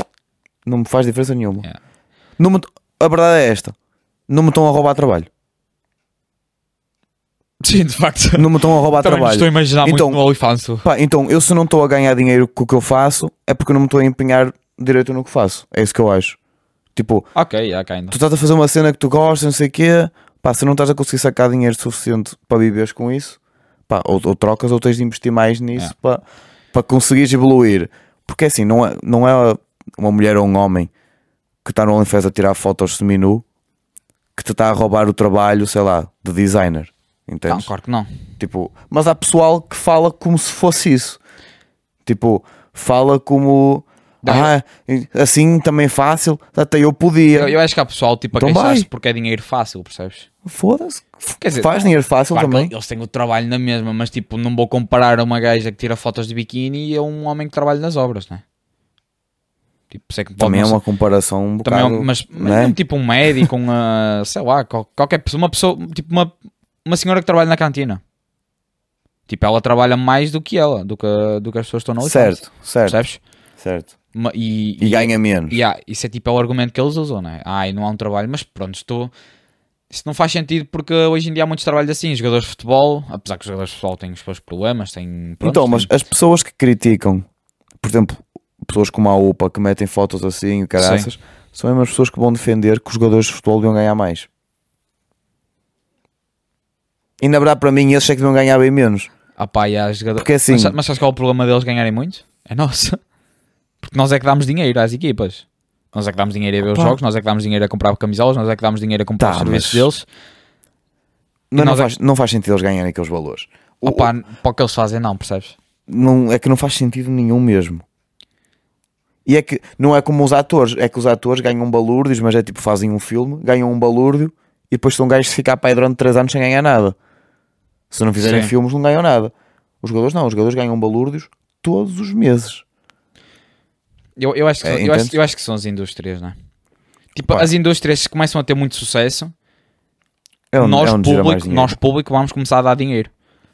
S2: não me faz diferença nenhuma.
S1: Yeah.
S2: Não me t- a verdade é esta: não me estão a roubar trabalho.
S1: Sim, de facto.
S2: Não me estão a roubar
S1: Também não
S2: trabalho.
S1: estou a imaginar
S2: Então-
S1: muito no OnlyFans. tu.
S2: Pá, então, eu se não estou a ganhar dinheiro com o que eu faço, é porque eu não me estou a empenhar direito no que faço. É isso que eu acho. Tipo,
S1: Ok, há quem ainda.
S2: tu estás a fazer uma cena que tu gostas, não sei o quê, pá, se não estás a conseguir sacar dinheiro suficiente para viveres com isso, pá, ou, ou trocas ou tens de investir mais nisso
S1: É.
S2: para, para conseguires evoluir. Porque assim, não é, não é uma mulher ou um homem que está no OnlyFans a tirar fotos seminu que te está a roubar o trabalho, sei lá, de designer. Entendes?
S1: Não, claro que não.
S2: Tipo, mas há pessoal que fala como se fosse isso. Tipo, fala como Ah, assim também fácil, até eu podia.
S1: Eu, eu acho que há pessoal tipo a
S2: Então
S1: queixar-se
S2: vai.
S1: porque é dinheiro fácil, percebes?
S2: Foda-se.
S1: Quer dizer,
S2: Faz dinheiro fácil
S1: claro que
S2: Então também.
S1: eles têm o trabalho na mesma, mas tipo, não vou comparar a uma gaja que tira fotos de biquíni a um homem que trabalha nas obras, não é? Tipo, sei que pode
S2: Também é
S1: não ser-
S2: uma comparação um
S1: também é
S2: bocado.
S1: um- mas, mas
S2: né?
S1: mesmo tipo um médico, um, ah, sei lá, qual- qualquer pessoa, uma pessoa, tipo uma, uma senhora que trabalha na cantina. Tipo, ela trabalha mais do que ela, do que, do que as pessoas que estão na lista.
S2: certo, certo,
S1: Percebes?
S2: certo.
S1: Ma- E,
S2: E ganha menos.
S1: e há- isso é tipo é o argumento que eles usam, né? Ai, não há um trabalho, mas pronto, estou. Isso não faz sentido porque hoje em dia há muitos trabalhos assim. Jogadores de futebol, apesar que os jogadores de futebol têm os seus problemas, têm. pronto,
S2: Então, mas
S1: têm-
S2: as pessoas que criticam, por exemplo, pessoas como a UPA que metem fotos assim e caraças, são mesmo as pessoas que vão defender que os jogadores de futebol deviam ganhar mais. E na verdade, para mim, esses é que deviam ganhar bem menos.
S1: Ah, pá, e há jogadores.
S2: Porque assim,
S1: Mas, sa- mas sabes qual é o problema deles ganharem muito? É nosso. Porque nós é que damos dinheiro às equipas. Nós é que damos dinheiro a ver os
S2: Opa.
S1: jogos, nós é que damos dinheiro a comprar camisolas, nós é que damos dinheiro a comprar
S2: Tá,
S1: os serviços
S2: mas-
S1: deles.
S2: mas não,
S1: nós é-
S2: faz, não faz sentido eles ganharem aqueles valores. O-
S1: Opa, para o que eles fazem, não, percebes?
S2: não, é que não faz sentido nenhum mesmo. E é que não é como os atores, é que os atores ganham balúrdios, mas é tipo fazem um filme, ganham um balúrdio e depois são gajos de ficar para aí durante 3 anos sem ganhar nada. Se não fizerem
S1: Sim.
S2: filmes, não ganham nada. Os jogadores não, os jogadores ganham balúrdios todos os meses.
S1: Eu, eu, acho que,
S2: É,
S1: eu, acho,
S2: entendes?
S1: eu acho que são as indústrias, não é? Tipo,
S2: Opa.
S1: as indústrias começam a ter muito sucesso
S2: É onde,
S1: nós,
S2: é onde gira mais
S1: público,
S2: dinheiro,
S1: nós público vamos começar a dar dinheiro.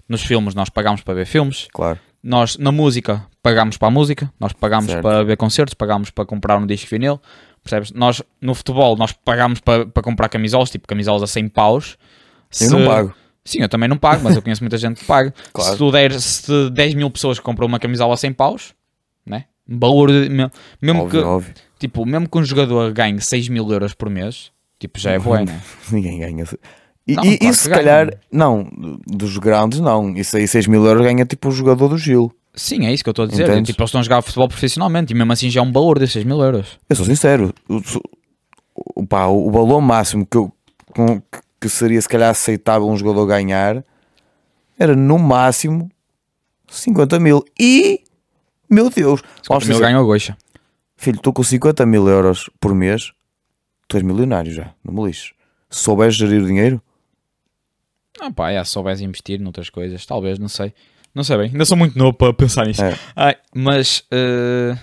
S1: Nos filmes nós pagamos para ver filmes,
S2: Claro,
S1: nós na música pagamos para a música, nós pagamos
S2: Certo.
S1: para ver concertos, pagamos para comprar um disco vinil, percebes? Nós no futebol nós pagamos para, para comprar camisolas, tipo camisolas a 100 paus.
S2: eu
S1: Se-
S2: não pago.
S1: Sim, eu também não pago, mas eu conheço muita gente que paga.
S2: Claro.
S1: Se tu deres se 10 mil pessoas que compram uma camisola a 100 paus, né? Um Valor de- me- mesmo
S2: Óbvio,
S1: que,
S2: óbvio.
S1: tipo, mesmo que um jogador ganhe 6 mil euros por mês, tipo,
S2: Uhum.
S1: já é bom, né?
S2: Ninguém ganha. E,
S1: Não,
S2: e- e
S1: claro
S2: se
S1: que ganha.
S2: calhar, não, dos grandes não. Isso aí 6 mil euros ganha tipo o jogador do Gil.
S1: Sim, é isso que eu estou a dizer.
S2: Entendes?
S1: Tipo, eles estão a jogar futebol profissionalmente e mesmo assim já é um valor de 6 mil euros.
S2: Eu sou sincero, o, o- pá, o valor máximo que, eu, com- que seria se calhar aceitável um jogador ganhar era no máximo 50 mil. E, meu Deus, vamos
S1: Mil
S2: dizer,
S1: ganham a goxa.
S2: filho, tu com 50 mil euros por mês, tu és milionário já, não me lixo. Se souberes gerir o dinheiro,
S1: Ah pá, é, se soubesse investir noutras coisas, talvez, não sei. Não sei bem, ainda sou muito novo para pensar nisso.
S2: É.
S1: Ai, mas, eh,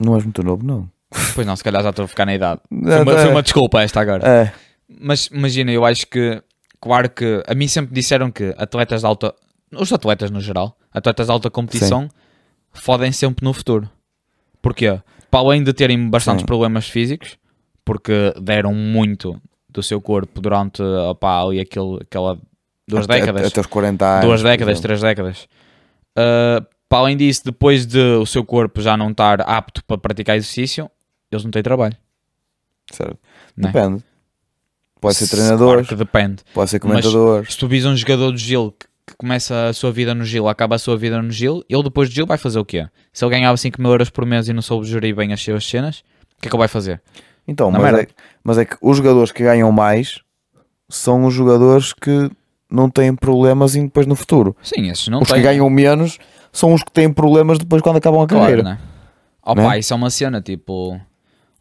S2: não és muito novo, não.
S1: pois não, se calhar já estou a ficar na idade. Foi
S2: Não,
S1: uma,
S2: tá.
S1: foi uma desculpa esta agora.
S2: É,
S1: Mas imagina, eu acho que, claro que, a mim sempre disseram que atletas de alta, os atletas no geral, atletas de alta competição, fodem sempre no futuro. Porquê? Para além de terem bastantes
S2: Sim.
S1: problemas físicos, porque deram muito do seu corpo durante opá, ali aquele, aquela duas
S2: até-
S1: décadas,
S2: Até os 40 anos.
S1: duas
S2: por
S1: décadas,
S2: exemplo.
S1: três décadas. Uh, para além disso, depois de o seu corpo já não estar apto para praticar exercício, eles não têm trabalho.
S2: Certo.
S1: Né?
S2: Depende. Pode ser
S1: Se-
S2: treinador,
S1: Claro que depende.
S2: pode ser
S1: Mas-
S2: comentador.
S1: Se tu vis um jogador do Gil que, que começa a sua vida no Gil, acaba a sua vida no Gil, ele depois do Gil vai fazer o quê? Se ele ganhava 5 mil euros por mês e não soube gerir bem as suas cenas, o que é que ele vai fazer?
S2: Então,
S1: Na
S2: mas é,
S1: merda.
S2: mas é que os jogadores que ganham mais são os jogadores que não têm problemas em- depois no futuro.
S1: Sim, esses não
S2: os
S1: têm.
S2: que ganham menos são os que têm problemas depois quando acabam a
S1: Claro,
S2: carreira.
S1: né? Oh,
S2: Né?
S1: pá, isso é uma cena, tipo...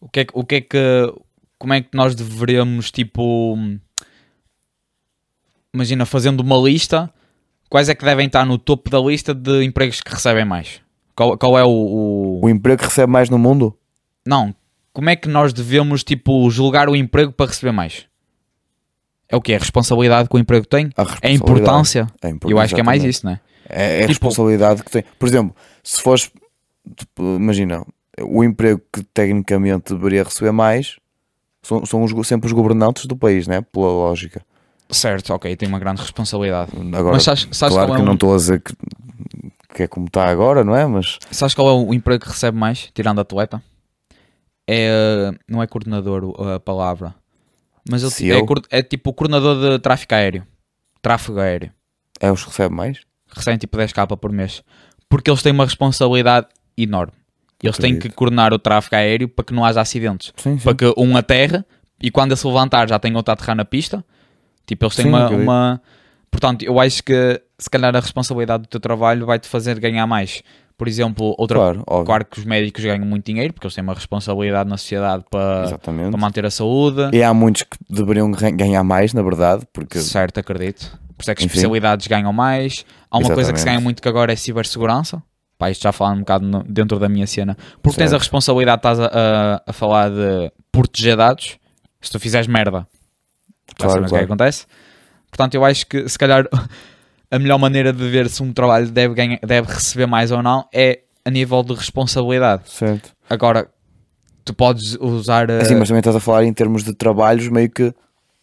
S1: O que é que... O que, é que como é que nós deveríamos, tipo... Imagina, fazendo uma lista, quais é que devem estar no topo da lista de empregos que recebem mais? Qual, qual é o- o...
S2: O emprego que recebe mais no mundo?
S1: Não. Como é que nós devemos, tipo, julgar o emprego para receber mais? É o quê? A responsabilidade que o emprego tem? É
S2: A
S1: a
S2: responsabilidade.
S1: importância?
S2: É a
S1: Eu acho que é mais
S2: exatamente.
S1: isso, né?
S2: É, é a
S1: Tipo-
S2: responsabilidade que tem. Por exemplo, se fores. tipo, Imagina, o emprego que tecnicamente deveria receber mais são, são os go- sempre os governantes do país, né? Pela lógica.
S1: Certo, ok, tem uma grande responsabilidade.
S2: Agora,
S1: Mas sabes, sabes
S2: claro
S1: qual
S2: que
S1: é um-
S2: não estou a dizer que, que é como está agora, não é? Mas.
S1: sabes qual é o emprego que recebe mais, tirando atleta? É, uh, não é coordenador uh, a palavra, mas ele-
S2: Se
S1: é,
S2: eu-
S1: coor- é tipo coordenador de tráfego aéreo. Tráfego aéreo.
S2: É os que recebem mais?
S1: recebem tipo 10k por mês, porque eles têm uma responsabilidade enorme. Eles têm que
S2: Acredito.
S1: coordenar o tráfego aéreo para que não haja acidentes.
S2: Sim, sim.
S1: Para que um aterre e quando ele se levantar já tem outro a aterrar na pista. Tipo, eles têm
S2: Sim,
S1: uma,
S2: acredito.
S1: uma- Portanto, eu acho que se calhar a responsabilidade do teu trabalho vai-te fazer ganhar mais. Por exemplo, outra,
S2: Claro, óbvio.
S1: claro que os médicos ganham muito dinheiro porque eles têm uma responsabilidade na sociedade para,
S2: Exatamente. É
S1: para manter a saúde.
S2: E há muitos que deveriam gan- ganhar mais, na verdade, porque
S1: Certo, acredito. Por isso é que
S2: Enfim.
S1: especialidades ganham mais. Há uma coisa que se
S2: Exatamente.
S1: ganha muito que agora é cibersegurança. Pá, isto já falando um bocado no- dentro da minha cena. Porque tens a
S2: Certo.
S1: responsabilidade, estás a, a, a falar de proteger dados se tu fizeres merda. Já
S2: Claro,
S1: sabemos o que é
S2: claro.
S1: que acontece. Portanto, eu acho que se calhar a melhor maneira de ver se um trabalho deve, ganhar, deve receber mais ou não é a nível de responsabilidade.
S2: certo.
S1: Agora, tu podes usar. eh,
S2: Assim, mas também estás a falar em termos de trabalhos meio que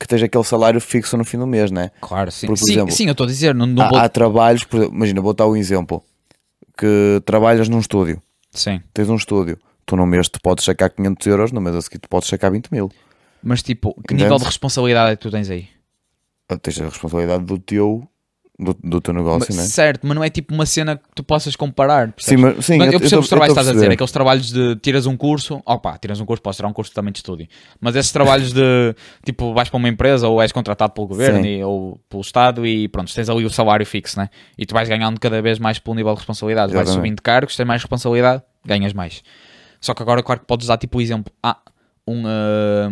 S2: que esteja aquele salário fixo no fim do mês, né?
S1: eh, Claro, sim.
S2: Porque, por
S1: sim,
S2: exemplo, Ah,
S1: sim, eu estou a dizer. Não, não
S2: Há,
S1: vou-
S2: há trabalhos, por exemplo, imagina, vou dar um exemplo, que trabalhas num estúdio,
S1: Sim.
S2: tens um estúdio, tu num mês tu podes sacar 500 euros, no mês a seguir tu podes sacar 20 mil.
S1: Mas tipo, que
S2: Entendes?
S1: nível de responsabilidade é que tu tens aí?
S2: Ah, Tens a responsabilidade do teu, do, do teu negócio,
S1: Mas-
S2: né?
S1: Certo, mas não é tipo uma cena que tu possas comparar.
S2: Sim,
S1: percebes?
S2: mas sim,
S1: Mas eu, percebo
S2: tô-
S1: os trabalhos
S2: tô
S1: que estás a dizer,
S2: perceber.
S1: aqueles trabalhos de tiras um curso, opá, tiras um curso, posso tirar um curso também de estúdio, mas esses trabalhos de tipo vais para uma empresa ou és contratado pelo governo
S2: Sim.
S1: e- ou pelo Estado e pronto, tens ali o salário fixo, né? E tu vais ganhando cada vez mais pelo nível de responsabilidade, vais
S2: Exatamente.
S1: subindo de cargos, tens mais responsabilidade, ganhas mais. Só que agora, claro que podes dar tipo o exemplo, ah, um, ah,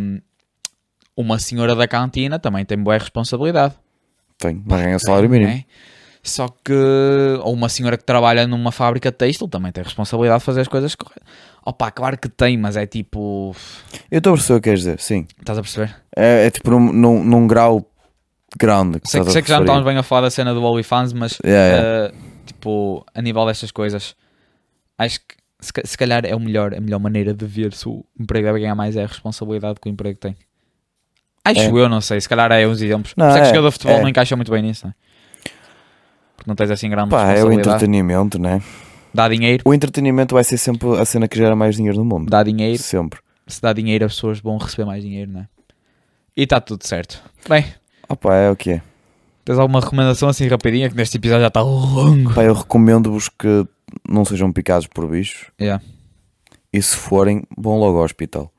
S1: uma senhora da cantina também tem boa responsabilidade.
S2: Tem, mas ganha salário mínimo.
S1: É? Só que, ou uma senhora que trabalha numa fábrica têxtil também tem responsabilidade de fazer as coisas corretas. Opa, claro que tem, mas é tipo.
S2: Eu estou a perceber o que queres dizer, sim.
S1: Estás a perceber?
S2: É, é tipo num, num, num grau grande. Que
S1: Sei,
S2: estás a
S1: sei que já não
S2: referir.
S1: estamos bem a falar da cena do OnlyFans, mas
S2: Yeah,
S1: eh, tipo, a nível destas coisas, acho que se, ca- se calhar é o melhor, a melhor maneira de ver se o emprego deve ganhar mais é a responsabilidade que o emprego tem. Acho
S2: É.
S1: eu, não sei, se calhar é uns exemplos.
S2: Não,
S1: Não, sei que
S2: é,
S1: o jogador de futebol
S2: é.
S1: não encaixa muito bem nisso, não é? Porque não tens assim grande
S2: Pá, é o
S1: responsabilidade.
S2: entretenimento, né?
S1: Dá dinheiro,
S2: O entretenimento vai ser sempre a cena que gera mais dinheiro no mundo.
S1: dá dinheiro.
S2: Sempre.
S1: se dá dinheiro, as pessoas vão receber mais dinheiro, não é? E está tudo certo. Bem,
S2: Opa, é o que é.
S1: tens alguma recomendação assim rapidinha que neste episódio já está longo?
S2: Pá, eu recomendo-vos que não sejam picados por bichos
S1: Yeah,
S2: e se forem, vão logo ao hospital.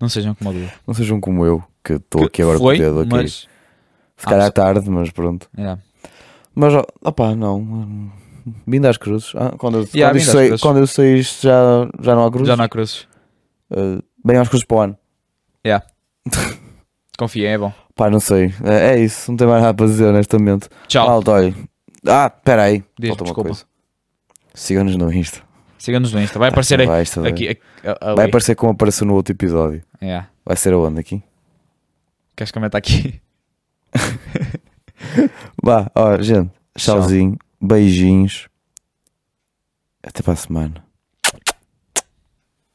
S1: não sejam como eu.
S2: Não sejam como eu, que estou aqui agora
S1: Foi,
S2: com o dedo a cair.
S1: mas...
S2: Se calhar
S1: Ah,
S2: à tarde, mas pronto.
S1: yeah.
S2: Mas, ó, opá, não. Vindo às cruzes. Ah, quando, eu-
S1: Yeah,
S2: quando,
S1: vindo
S2: eu
S1: às
S2: sei,
S1: cruzes.
S2: quando eu sei isto, já, já não há cruzes.
S1: Já não há cruzes.
S2: Uh, bem às cruzes para o ano.
S1: Confiem, é bom.
S2: Pá, não sei. É, é isso. Não tem mais nada para dizer, honestamente.
S1: Tchau.
S2: Malta, olha. Ah, espera aí.
S1: Diz-me,
S2: Falta uma
S1: desculpa.
S2: coisa. Siga-nos no Insta.
S1: Siga-nos no Insta. Vai aparecer aí.
S2: Vai, isto vai.
S1: Aqui, aqui, a- ali.
S2: Vai aparecer como apareceu no outro episódio.
S1: Yeah.
S2: Vai ser aonde aqui?
S1: Queres comentar aqui?
S2: Vá, ó, gente.
S1: Tchau.
S2: Tchauzinho. Beijinhos. Até para a semana.